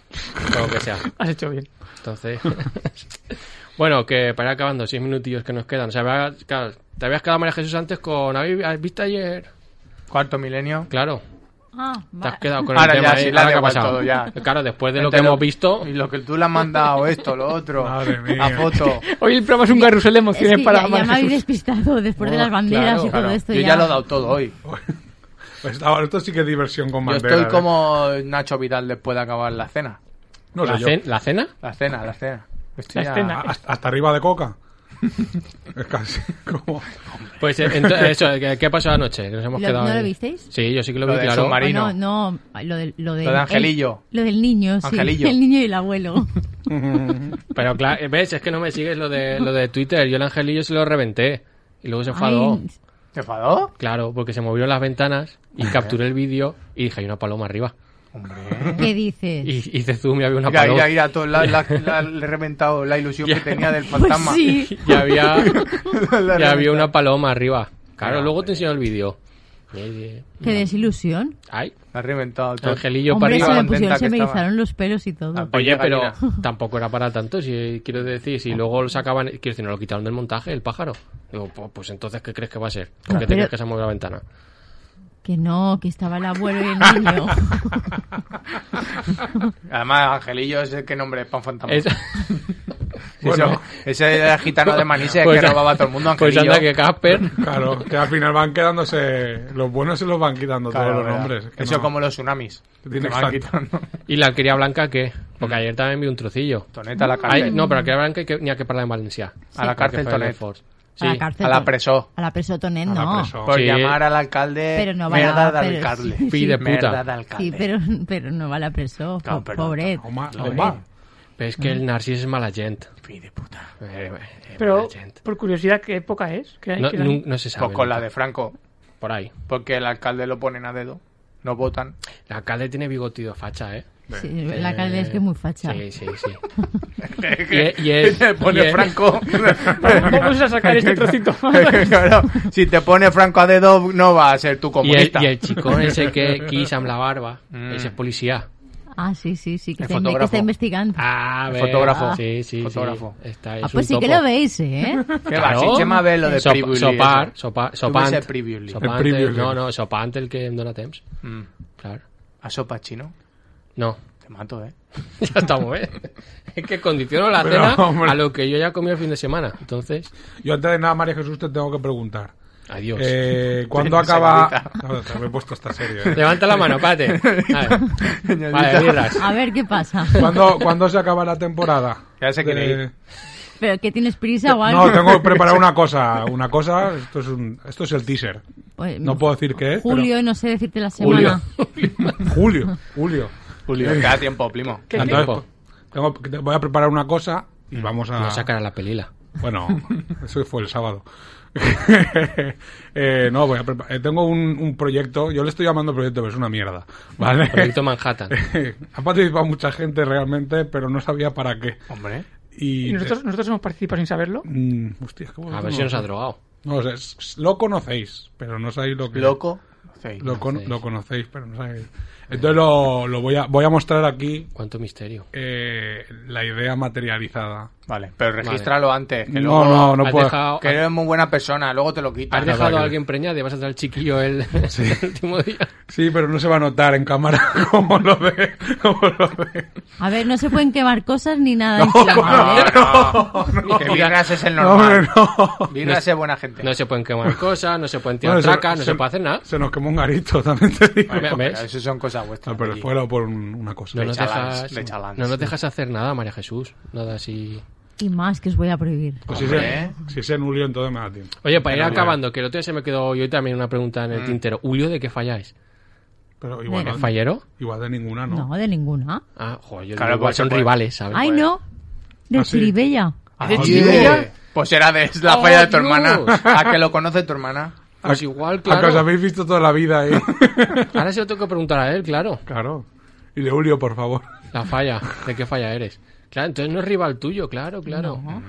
Speaker 5: Todo lo que sea.
Speaker 8: has hecho bien.
Speaker 5: Entonces. (laughs) bueno, que para ir acabando, seis minutillos que nos quedan. O sea, va- claro, te habías quedado María Jesús antes con. "¿Habéis- ¿Has visto ayer?
Speaker 6: Cuarto milenio.
Speaker 5: Claro,
Speaker 7: Ah,
Speaker 5: te has
Speaker 7: vale.
Speaker 5: quedado con el
Speaker 6: Ahora
Speaker 5: tema.
Speaker 6: ya,
Speaker 5: ahí,
Speaker 6: sí, la
Speaker 5: ahora
Speaker 6: de
Speaker 5: que ha
Speaker 6: igual
Speaker 5: pasado.
Speaker 6: todo, ya.
Speaker 5: Claro, después de lo que
Speaker 6: Entre
Speaker 5: hemos visto.
Speaker 6: Y lo que tú le has mandado, esto, lo (laughs) otro.
Speaker 4: Madre mía.
Speaker 6: La foto.
Speaker 8: Hoy el programa es un carrusel de
Speaker 7: Es
Speaker 8: emociones
Speaker 7: que
Speaker 8: para
Speaker 7: ya, ya
Speaker 8: María
Speaker 7: me habéis
Speaker 8: Jesús.
Speaker 7: despistado después de las banderas
Speaker 5: claro,
Speaker 7: y todo
Speaker 5: claro.
Speaker 7: esto.
Speaker 6: Oh, Yo
Speaker 7: ya. Oh,
Speaker 6: ya lo he dado todo hoy.
Speaker 4: Pues estaba- esto sí que es diversión con
Speaker 6: Yo
Speaker 4: bandera. ¿eh?
Speaker 5: ¿eh?
Speaker 6: estoy como Nacho Vidal después de acabar la cena.
Speaker 4: No
Speaker 5: ¿La,
Speaker 4: sé yo.
Speaker 5: cen- la cena?
Speaker 6: La cena, la cena. Estoy
Speaker 8: La
Speaker 6: ya-
Speaker 8: cena.
Speaker 4: A- Hasta arriba de coca. (laughs) es casi como.
Speaker 5: Pues eh,
Speaker 6: (laughs)
Speaker 5: ento- eso, ¿qué- ¿qué pasó anoche? Que Nos hemos
Speaker 7: ¿Lo-
Speaker 5: quedado
Speaker 7: no lo
Speaker 5: ahí.
Speaker 7: visteis?
Speaker 5: Sí, yo sí que lo
Speaker 6: Lo
Speaker 5: vi,
Speaker 6: del
Speaker 5: claro.
Speaker 7: Ah,
Speaker 6: submarino.
Speaker 7: no, no, lo del, lo del-
Speaker 6: Lo de Angelillo.
Speaker 7: el- lo del niño, sí.
Speaker 6: Angelillo.
Speaker 7: El niño y el abuelo.
Speaker 5: Pero claro, eh, ves, es que no me sigues lo de, lo de Twitter. Yo el angelillo se lo reventé. Y luego se enfadó.
Speaker 7: Ay,
Speaker 6: ¿Te enfadó?
Speaker 5: Claro, porque se movieron las ventanas y capturé el vídeo y dije, hay una paloma arriba.
Speaker 6: Hombre.
Speaker 7: ¿Qué dices?
Speaker 5: Y
Speaker 7: (laughs)
Speaker 5: hice zoom y había una
Speaker 6: Ya,
Speaker 5: paloma.
Speaker 6: ya, ya, todo, la,
Speaker 5: (laughs)
Speaker 6: la- la- le he reventado la ilusión que tenía del
Speaker 7: (laughs) Pues
Speaker 6: fantasma.
Speaker 7: sí.
Speaker 5: Y
Speaker 6: (laughs) La
Speaker 5: había,
Speaker 6: Ah, he
Speaker 5: y había
Speaker 6: reventado.
Speaker 5: una paloma arriba. Claro, luego te enseño el vídeo. Eh,
Speaker 7: Qué desilusión.
Speaker 5: eh, Ay,
Speaker 6: La he reventado todo.
Speaker 5: angelillo para
Speaker 7: Hombre,
Speaker 5: arriba.
Speaker 7: se me
Speaker 6: contenta
Speaker 7: pusieron,
Speaker 6: que
Speaker 7: se me
Speaker 6: estaba.
Speaker 7: erizaron los pelos y todo.
Speaker 6: Ah,
Speaker 5: Oye, pero
Speaker 6: gallina. (laughs)
Speaker 5: tampoco era para tanto, si quiero decir, si luego lo sacaban, quiero decir, no lo quitaron del montaje, el pájaro. Digo, "Po- pues entonces, ¿qué crees que va a ser? ¿Por
Speaker 7: Claro,
Speaker 5: qué te
Speaker 7: pero-
Speaker 5: crees que se ha movido la ventana?
Speaker 7: Que no, que estaba el abuelo y
Speaker 6: (laughs)
Speaker 7: el niño.
Speaker 6: Además, Angelillo es el que nombre es pan fantasma.
Speaker 5: Es-
Speaker 6: (laughs) Bueno, ese era el gitano de Manises
Speaker 5: (laughs) Pues
Speaker 6: que
Speaker 5: a-
Speaker 6: robaba a todo el mundo,
Speaker 5: Pues
Speaker 6: Angelillo.
Speaker 5: anda que Casper,
Speaker 4: Claro, que al final van quedándose. Los buenos se los van quitando
Speaker 6: Claro,
Speaker 4: todos los
Speaker 6: ¿verdad?
Speaker 4: nombres. que
Speaker 6: Eso
Speaker 4: no-
Speaker 6: como los tsunamis.
Speaker 4: Que tiene
Speaker 6: Te van
Speaker 4: exacto.
Speaker 6: quitando.
Speaker 5: y la arquería blanca, ¿qué? Porque ayer también vi un trocillo.
Speaker 6: Toneta a la
Speaker 5: Ay,
Speaker 6: cárcel.
Speaker 5: no, pero la arquería blanca hay que, ni a que parar en Valencia.
Speaker 6: a la
Speaker 5: Hay que
Speaker 6: cárcel
Speaker 5: parar en
Speaker 6: Tonet.
Speaker 5: Fort.
Speaker 7: a la
Speaker 5: Sí.
Speaker 7: cárcel. pues,
Speaker 6: A la presó.
Speaker 7: A la preso Tonet,
Speaker 4: a la
Speaker 7: no.
Speaker 4: presión.
Speaker 6: Por
Speaker 5: Sí.
Speaker 6: llamar al alcalde
Speaker 7: Pero no va
Speaker 6: merda de
Speaker 7: pero
Speaker 5: (laughs)
Speaker 6: alcalde.
Speaker 7: sí,
Speaker 5: Pi de
Speaker 7: sí.
Speaker 5: puta.
Speaker 6: Merda de alcalde.
Speaker 7: Sí, pero, pero no va a la preso.
Speaker 6: Claro, pero-
Speaker 7: Pobre.
Speaker 4: O mal, o
Speaker 6: Joder.
Speaker 4: mal.
Speaker 5: Pero es que
Speaker 7: Mm.
Speaker 5: el Narcis es mala gente.
Speaker 6: Pi de puta.
Speaker 5: Eh, eh,
Speaker 8: Pero,
Speaker 5: mala gente.
Speaker 8: por curiosidad, ¿qué época es? ¿Qué-
Speaker 5: No,
Speaker 8: qué
Speaker 5: nun-
Speaker 8: edad?
Speaker 5: no se sabe.
Speaker 6: Pues con la
Speaker 5: nunca.
Speaker 6: de Franco.
Speaker 5: Por ahí.
Speaker 6: Porque el alcalde lo ponen a dedo. No (laughs) votan.
Speaker 5: La alcalde tiene bigotido facha, ¿eh?
Speaker 7: Sí, la alcalde es que es muy facha.
Speaker 5: Sí, sí, sí. y, y
Speaker 6: (laughs)
Speaker 5: es,
Speaker 6: Te
Speaker 5: y
Speaker 6: pone
Speaker 5: es- (laughs)
Speaker 6: Franco.
Speaker 8: Vamos a sacar este trocito.
Speaker 6: Claro, si te pone Franco a dedo, no va a ser tu
Speaker 5: Y el,
Speaker 6: comunista.
Speaker 5: y el chicón ese que quisam la barba, ese es policía.
Speaker 7: Ah, sí, sí, sí.
Speaker 6: El
Speaker 7: Que, está, que
Speaker 6: fotógrafo.
Speaker 7: está investigando. Ah,
Speaker 5: Ah,
Speaker 6: El
Speaker 5: ve-
Speaker 6: fotógrafo.
Speaker 5: Sí, sí, sí.
Speaker 6: Fotógrafo.
Speaker 5: Está, es
Speaker 7: pues
Speaker 5: un
Speaker 7: sí que
Speaker 5: topo.
Speaker 7: lo veis, ¿eh?
Speaker 6: ¿Qué va? Si Chema ve lo de
Speaker 5: Sop-
Speaker 6: Previously,
Speaker 5: Sopar,
Speaker 6: eso.
Speaker 5: sopar,
Speaker 6: Tú ves
Speaker 5: sopant.
Speaker 6: el Previously.
Speaker 5: Sopant,
Speaker 4: El Previously.
Speaker 5: no, no, sopant el que en Dona Temps.
Speaker 6: Mm.
Speaker 5: Claro.
Speaker 6: A sopa chino.
Speaker 5: No. (laughs)
Speaker 6: Te mato, ¿eh?
Speaker 5: Ya estamos, ¿eh? Es que condiciono la
Speaker 4: Pero,
Speaker 5: cena
Speaker 4: hombre.
Speaker 5: a lo que yo ya comí el fin de semana. Entonces,
Speaker 4: Yo antes de nada, María Jesús, te tengo que preguntar.
Speaker 5: adiós.
Speaker 6: (laughs)
Speaker 4: Eh, ¿Cuándo
Speaker 6: Señorita.
Speaker 4: acaba.? Claro, te lo he puesto esta serie.
Speaker 6: (laughs)
Speaker 4: ¿eh?
Speaker 5: Levanta la mano, espérate. A ver. Vale, birras.
Speaker 7: A ver qué pasa.
Speaker 4: ¿Cuándo, ¿Cuándo se acaba la temporada?
Speaker 6: Ya se quiere
Speaker 4: De-
Speaker 6: ir.
Speaker 7: ¿Pero que tienes prisa o algo?
Speaker 4: No, tengo que preparar una cosa. Una cosa, esto es, un, esto es el teaser.
Speaker 7: (laughs) Pues,
Speaker 6: Mm.
Speaker 4: No puedo decir qué es. pero-
Speaker 7: Julio, no sé decirte la
Speaker 4: Julio.
Speaker 7: semana.
Speaker 4: (laughs) Julio. Julio.
Speaker 6: Julio. Cada tiempo, primo.
Speaker 8: ¿Qué
Speaker 4: Entonces,
Speaker 5: tiempo?
Speaker 4: tengo- te voy a preparar una cosa y vamos a.
Speaker 5: No sacará la pelila.
Speaker 4: Bueno,
Speaker 8: (laughs)
Speaker 4: eso fue el sábado. (laughs) Eh, no, voy a prepa- eh, tengo un, un proyecto. Yo le estoy llamando proyecto, pero es una mierda. ¿Vale?
Speaker 5: Proyecto Manhattan.
Speaker 4: (laughs) ha participado mucha gente realmente, pero no sabía para qué.
Speaker 6: Hombre.
Speaker 4: Y.
Speaker 8: ¿Y nosotros, nosotros hemos participado sin saberlo?
Speaker 4: Mm, hostia, qué
Speaker 5: A
Speaker 4: bueno.
Speaker 5: ver si nos ha drogado.
Speaker 4: No, o sea, es- es- lo conocéis, pero no sabéis lo que.
Speaker 6: Loco. Sí.
Speaker 4: Lo, con- lo conocéis, pero no sabéis. Entonces lo, lo voy, a, voy a mostrar aquí
Speaker 5: Cuánto misterio.
Speaker 4: eh, la idea materializada.
Speaker 6: Vale. Pero regístralo antes. Que
Speaker 4: No,
Speaker 6: luego...
Speaker 4: no, no
Speaker 5: has
Speaker 4: puedo.
Speaker 5: dejado-
Speaker 6: Que eres muy buena persona. Luego te lo quitas.
Speaker 5: eh. Has dejado
Speaker 4: que-
Speaker 5: a alguien preñada y vas a traer al chiquillo el, (laughs) el último día.
Speaker 4: Sí, pero no se va a notar en cámara (laughs) como lo de. Como lo de...
Speaker 7: A ver, no se pueden quemar cosas ni nada.
Speaker 4: (laughs) No,
Speaker 7: inflamable.
Speaker 4: no, no,
Speaker 6: (laughs)
Speaker 4: no.
Speaker 6: Que Virgas es el
Speaker 4: No, hombre,
Speaker 6: normal.
Speaker 4: no.
Speaker 6: Virgas es buena gente.
Speaker 4: (laughs)
Speaker 5: No se pueden quemar cosas, no se pueden tirar
Speaker 4: Bueno, se-
Speaker 5: tracas, no
Speaker 4: se-
Speaker 5: se puede hacer nada.
Speaker 4: Se nos como un garito, (laughs) también te digo.
Speaker 5: Hombre, hombre.
Speaker 6: Pero eso son cosas vuestras.
Speaker 4: No, pero
Speaker 6: aquí.
Speaker 4: fuera por un- una cosa.
Speaker 5: No nos,
Speaker 6: chalans,
Speaker 5: dejas,
Speaker 6: de chalans.
Speaker 5: no nos dejas hacer nada, María Jesús. Nada así.
Speaker 7: Y más que os voy a prohibir.
Speaker 4: Pues si
Speaker 6: Hombre.
Speaker 4: se, si se anuló, entonces me da tiempo.
Speaker 5: Oye, para ir acabando, que el otro día se me quedó yo también una pregunta
Speaker 6: Mm.
Speaker 5: en el tintero. Julio, ¿de qué falláis?
Speaker 4: Pero igual,
Speaker 6: ¿Eh?
Speaker 7: Venga.
Speaker 4: no-
Speaker 5: ¿Fallero?
Speaker 4: igual de ninguna, ¿no?
Speaker 7: No, de ninguna.
Speaker 5: Ah, joder, yo
Speaker 6: Claro,
Speaker 5: digo, igual
Speaker 6: pues,
Speaker 5: son
Speaker 6: pues.
Speaker 5: rivales, ¿sabes?
Speaker 7: ¡Ay, no!
Speaker 4: Ah,
Speaker 7: De
Speaker 4: sí.
Speaker 7: Chiribella.
Speaker 6: ¿Es de
Speaker 4: Ah,
Speaker 6: Chiribella?
Speaker 5: Dios.
Speaker 6: Pues era de es la falla de tu
Speaker 5: Oh, Dios.
Speaker 6: hermana. A que lo conoce tu hermana.
Speaker 5: Pues igual,
Speaker 4: Ah, que os
Speaker 5: claro.
Speaker 4: habéis visto toda la vida ahí.
Speaker 5: Ahora se lo tengo que preguntar a él, claro.
Speaker 4: (laughs) claro. Y de Julio, por favor.
Speaker 5: La falla, ¿de qué falla eres? Claro, entonces no es rival tuyo, claro, claro.
Speaker 6: No,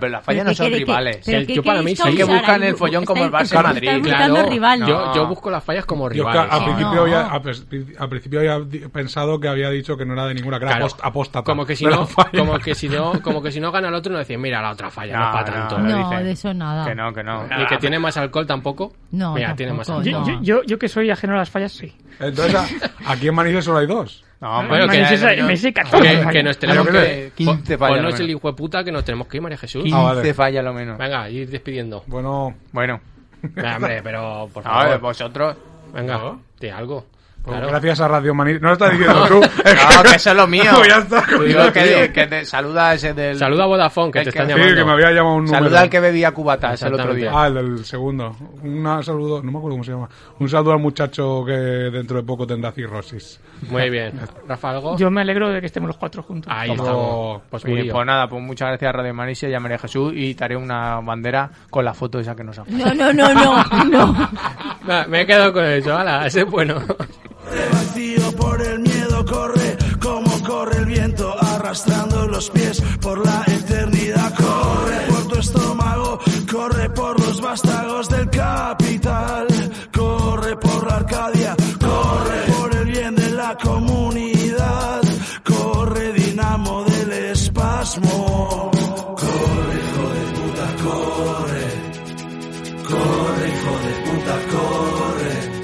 Speaker 6: pero las fallas
Speaker 7: ¿Pero
Speaker 6: no
Speaker 7: qué
Speaker 6: son
Speaker 7: queréis que-
Speaker 6: rivales.
Speaker 7: pero
Speaker 5: Sí,
Speaker 7: qué
Speaker 5: yo para mí
Speaker 7: queréis
Speaker 5: sí. Hay que
Speaker 7: causar
Speaker 6: buscar
Speaker 7: ahí?
Speaker 6: el follón como el
Speaker 7: Estáis-
Speaker 6: Barça y
Speaker 7: estáis
Speaker 6: Madrid.
Speaker 7: buscando
Speaker 5: Claro,
Speaker 7: rival.
Speaker 5: Yo, yo busco las fallas como
Speaker 4: Yo es
Speaker 5: rivales.
Speaker 4: que a, a
Speaker 5: sí.
Speaker 4: principio
Speaker 7: No.
Speaker 4: había, a pres- a principio había di- pensado que había dicho que no era de ninguna, que era
Speaker 5: Claro.
Speaker 4: apost- apóstata.
Speaker 5: Como que si
Speaker 4: de la (laughs)
Speaker 5: no,
Speaker 4: falla.
Speaker 5: como que si no, como que si no gana el otro no decir, mira la otra falla, no,
Speaker 6: No,
Speaker 5: para tanto.
Speaker 6: no,
Speaker 7: No,
Speaker 6: dicen.
Speaker 7: de eso nada.
Speaker 6: Que no, que no.
Speaker 5: Ni
Speaker 4: Ah,
Speaker 5: que tiene más alcohol tampoco.
Speaker 7: No,
Speaker 5: mira, tiene más
Speaker 7: tampoco,
Speaker 5: alcohol.
Speaker 8: Yo,
Speaker 7: No.
Speaker 8: yo- yo- yo que soy ajeno a las fallas, sí.
Speaker 4: Entonces, a- aquí en Manises solo hay dos.
Speaker 6: No,
Speaker 5: Bueno, que-
Speaker 6: ya, ya, ya.
Speaker 8: Ah, me sé catorce
Speaker 5: Que,
Speaker 8: fallas.
Speaker 5: que nos tenemos
Speaker 4: Creo
Speaker 5: que.
Speaker 6: que 15 fallas,
Speaker 5: Pues no es
Speaker 6: bueno.
Speaker 5: el hijo de puta que nos tenemos que ir, María Jesús.
Speaker 6: 15
Speaker 4: Ah, vale.
Speaker 6: falla lo menos.
Speaker 5: Venga, ir despidiendo.
Speaker 4: Bueno,
Speaker 6: Bueno,
Speaker 5: Venga, hombre, pero por
Speaker 6: a ver,
Speaker 5: favor.
Speaker 6: vosotros.
Speaker 5: Venga, de algo.
Speaker 4: pues
Speaker 5: Claro.
Speaker 4: gracias a Radio Manises. No lo estás diciendo
Speaker 6: (laughs)
Speaker 4: tú. Es
Speaker 6: No, que eso
Speaker 4: (laughs)
Speaker 6: es lo mío.
Speaker 4: ya está.
Speaker 6: Digo
Speaker 5: Cuidado,
Speaker 6: que,
Speaker 5: tío.
Speaker 6: que te saluda a ese del.
Speaker 5: Saluda a Vodafone, que
Speaker 6: Es
Speaker 5: te
Speaker 6: que-
Speaker 5: están
Speaker 4: Sí,
Speaker 5: llamando.
Speaker 4: que me había llamado un número.
Speaker 6: Saluda al que bebía cubatas el otro día.
Speaker 4: Ah, el, del segundo. Un saludo, no me acuerdo cómo se llama. Un saludo al muchacho que dentro de poco tendrá cirrosis.
Speaker 5: Muy bien.
Speaker 4: (laughs)
Speaker 5: Rafa, algo.
Speaker 8: Yo me alegro de que estemos los cuatro juntos.
Speaker 5: Ahí
Speaker 4: Como-
Speaker 5: estamos. Pues
Speaker 6: Y
Speaker 5: Murillo.
Speaker 6: pues nada, pues muchas gracias a Radio Manicia y a María Jesús y te haré una bandera con la foto esa que nos ha
Speaker 7: No, no, no, no. no.
Speaker 5: Va, Ah, Me he quedado con eso. Hala, ese es bueno.
Speaker 11: Vacío por el miedo corre como corre el viento arrastrando los pies por la eternidad corre por tu estómago corre por los vástagos del capital corre por la Arcadia corre por el bien de la comunidad corre dinamo del espasmo corre hijo de puta corre corre hijo de puta corre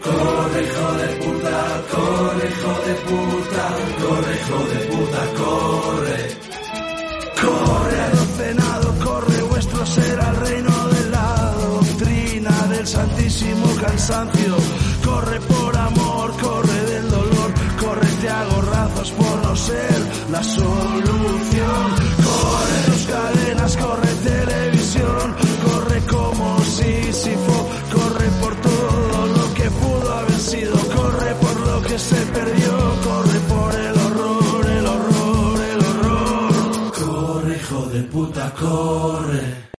Speaker 11: Corre, hijo de puta, corre, hijo de puta, corre, hijo de puta, corre. Corre adocenado, corre, vuestro será el reino de la doctrina del santísimo cansancio. Corre por amor, corre del dolor, corre, te hago razos por no ser la solución. Corre tus cadenas, corre.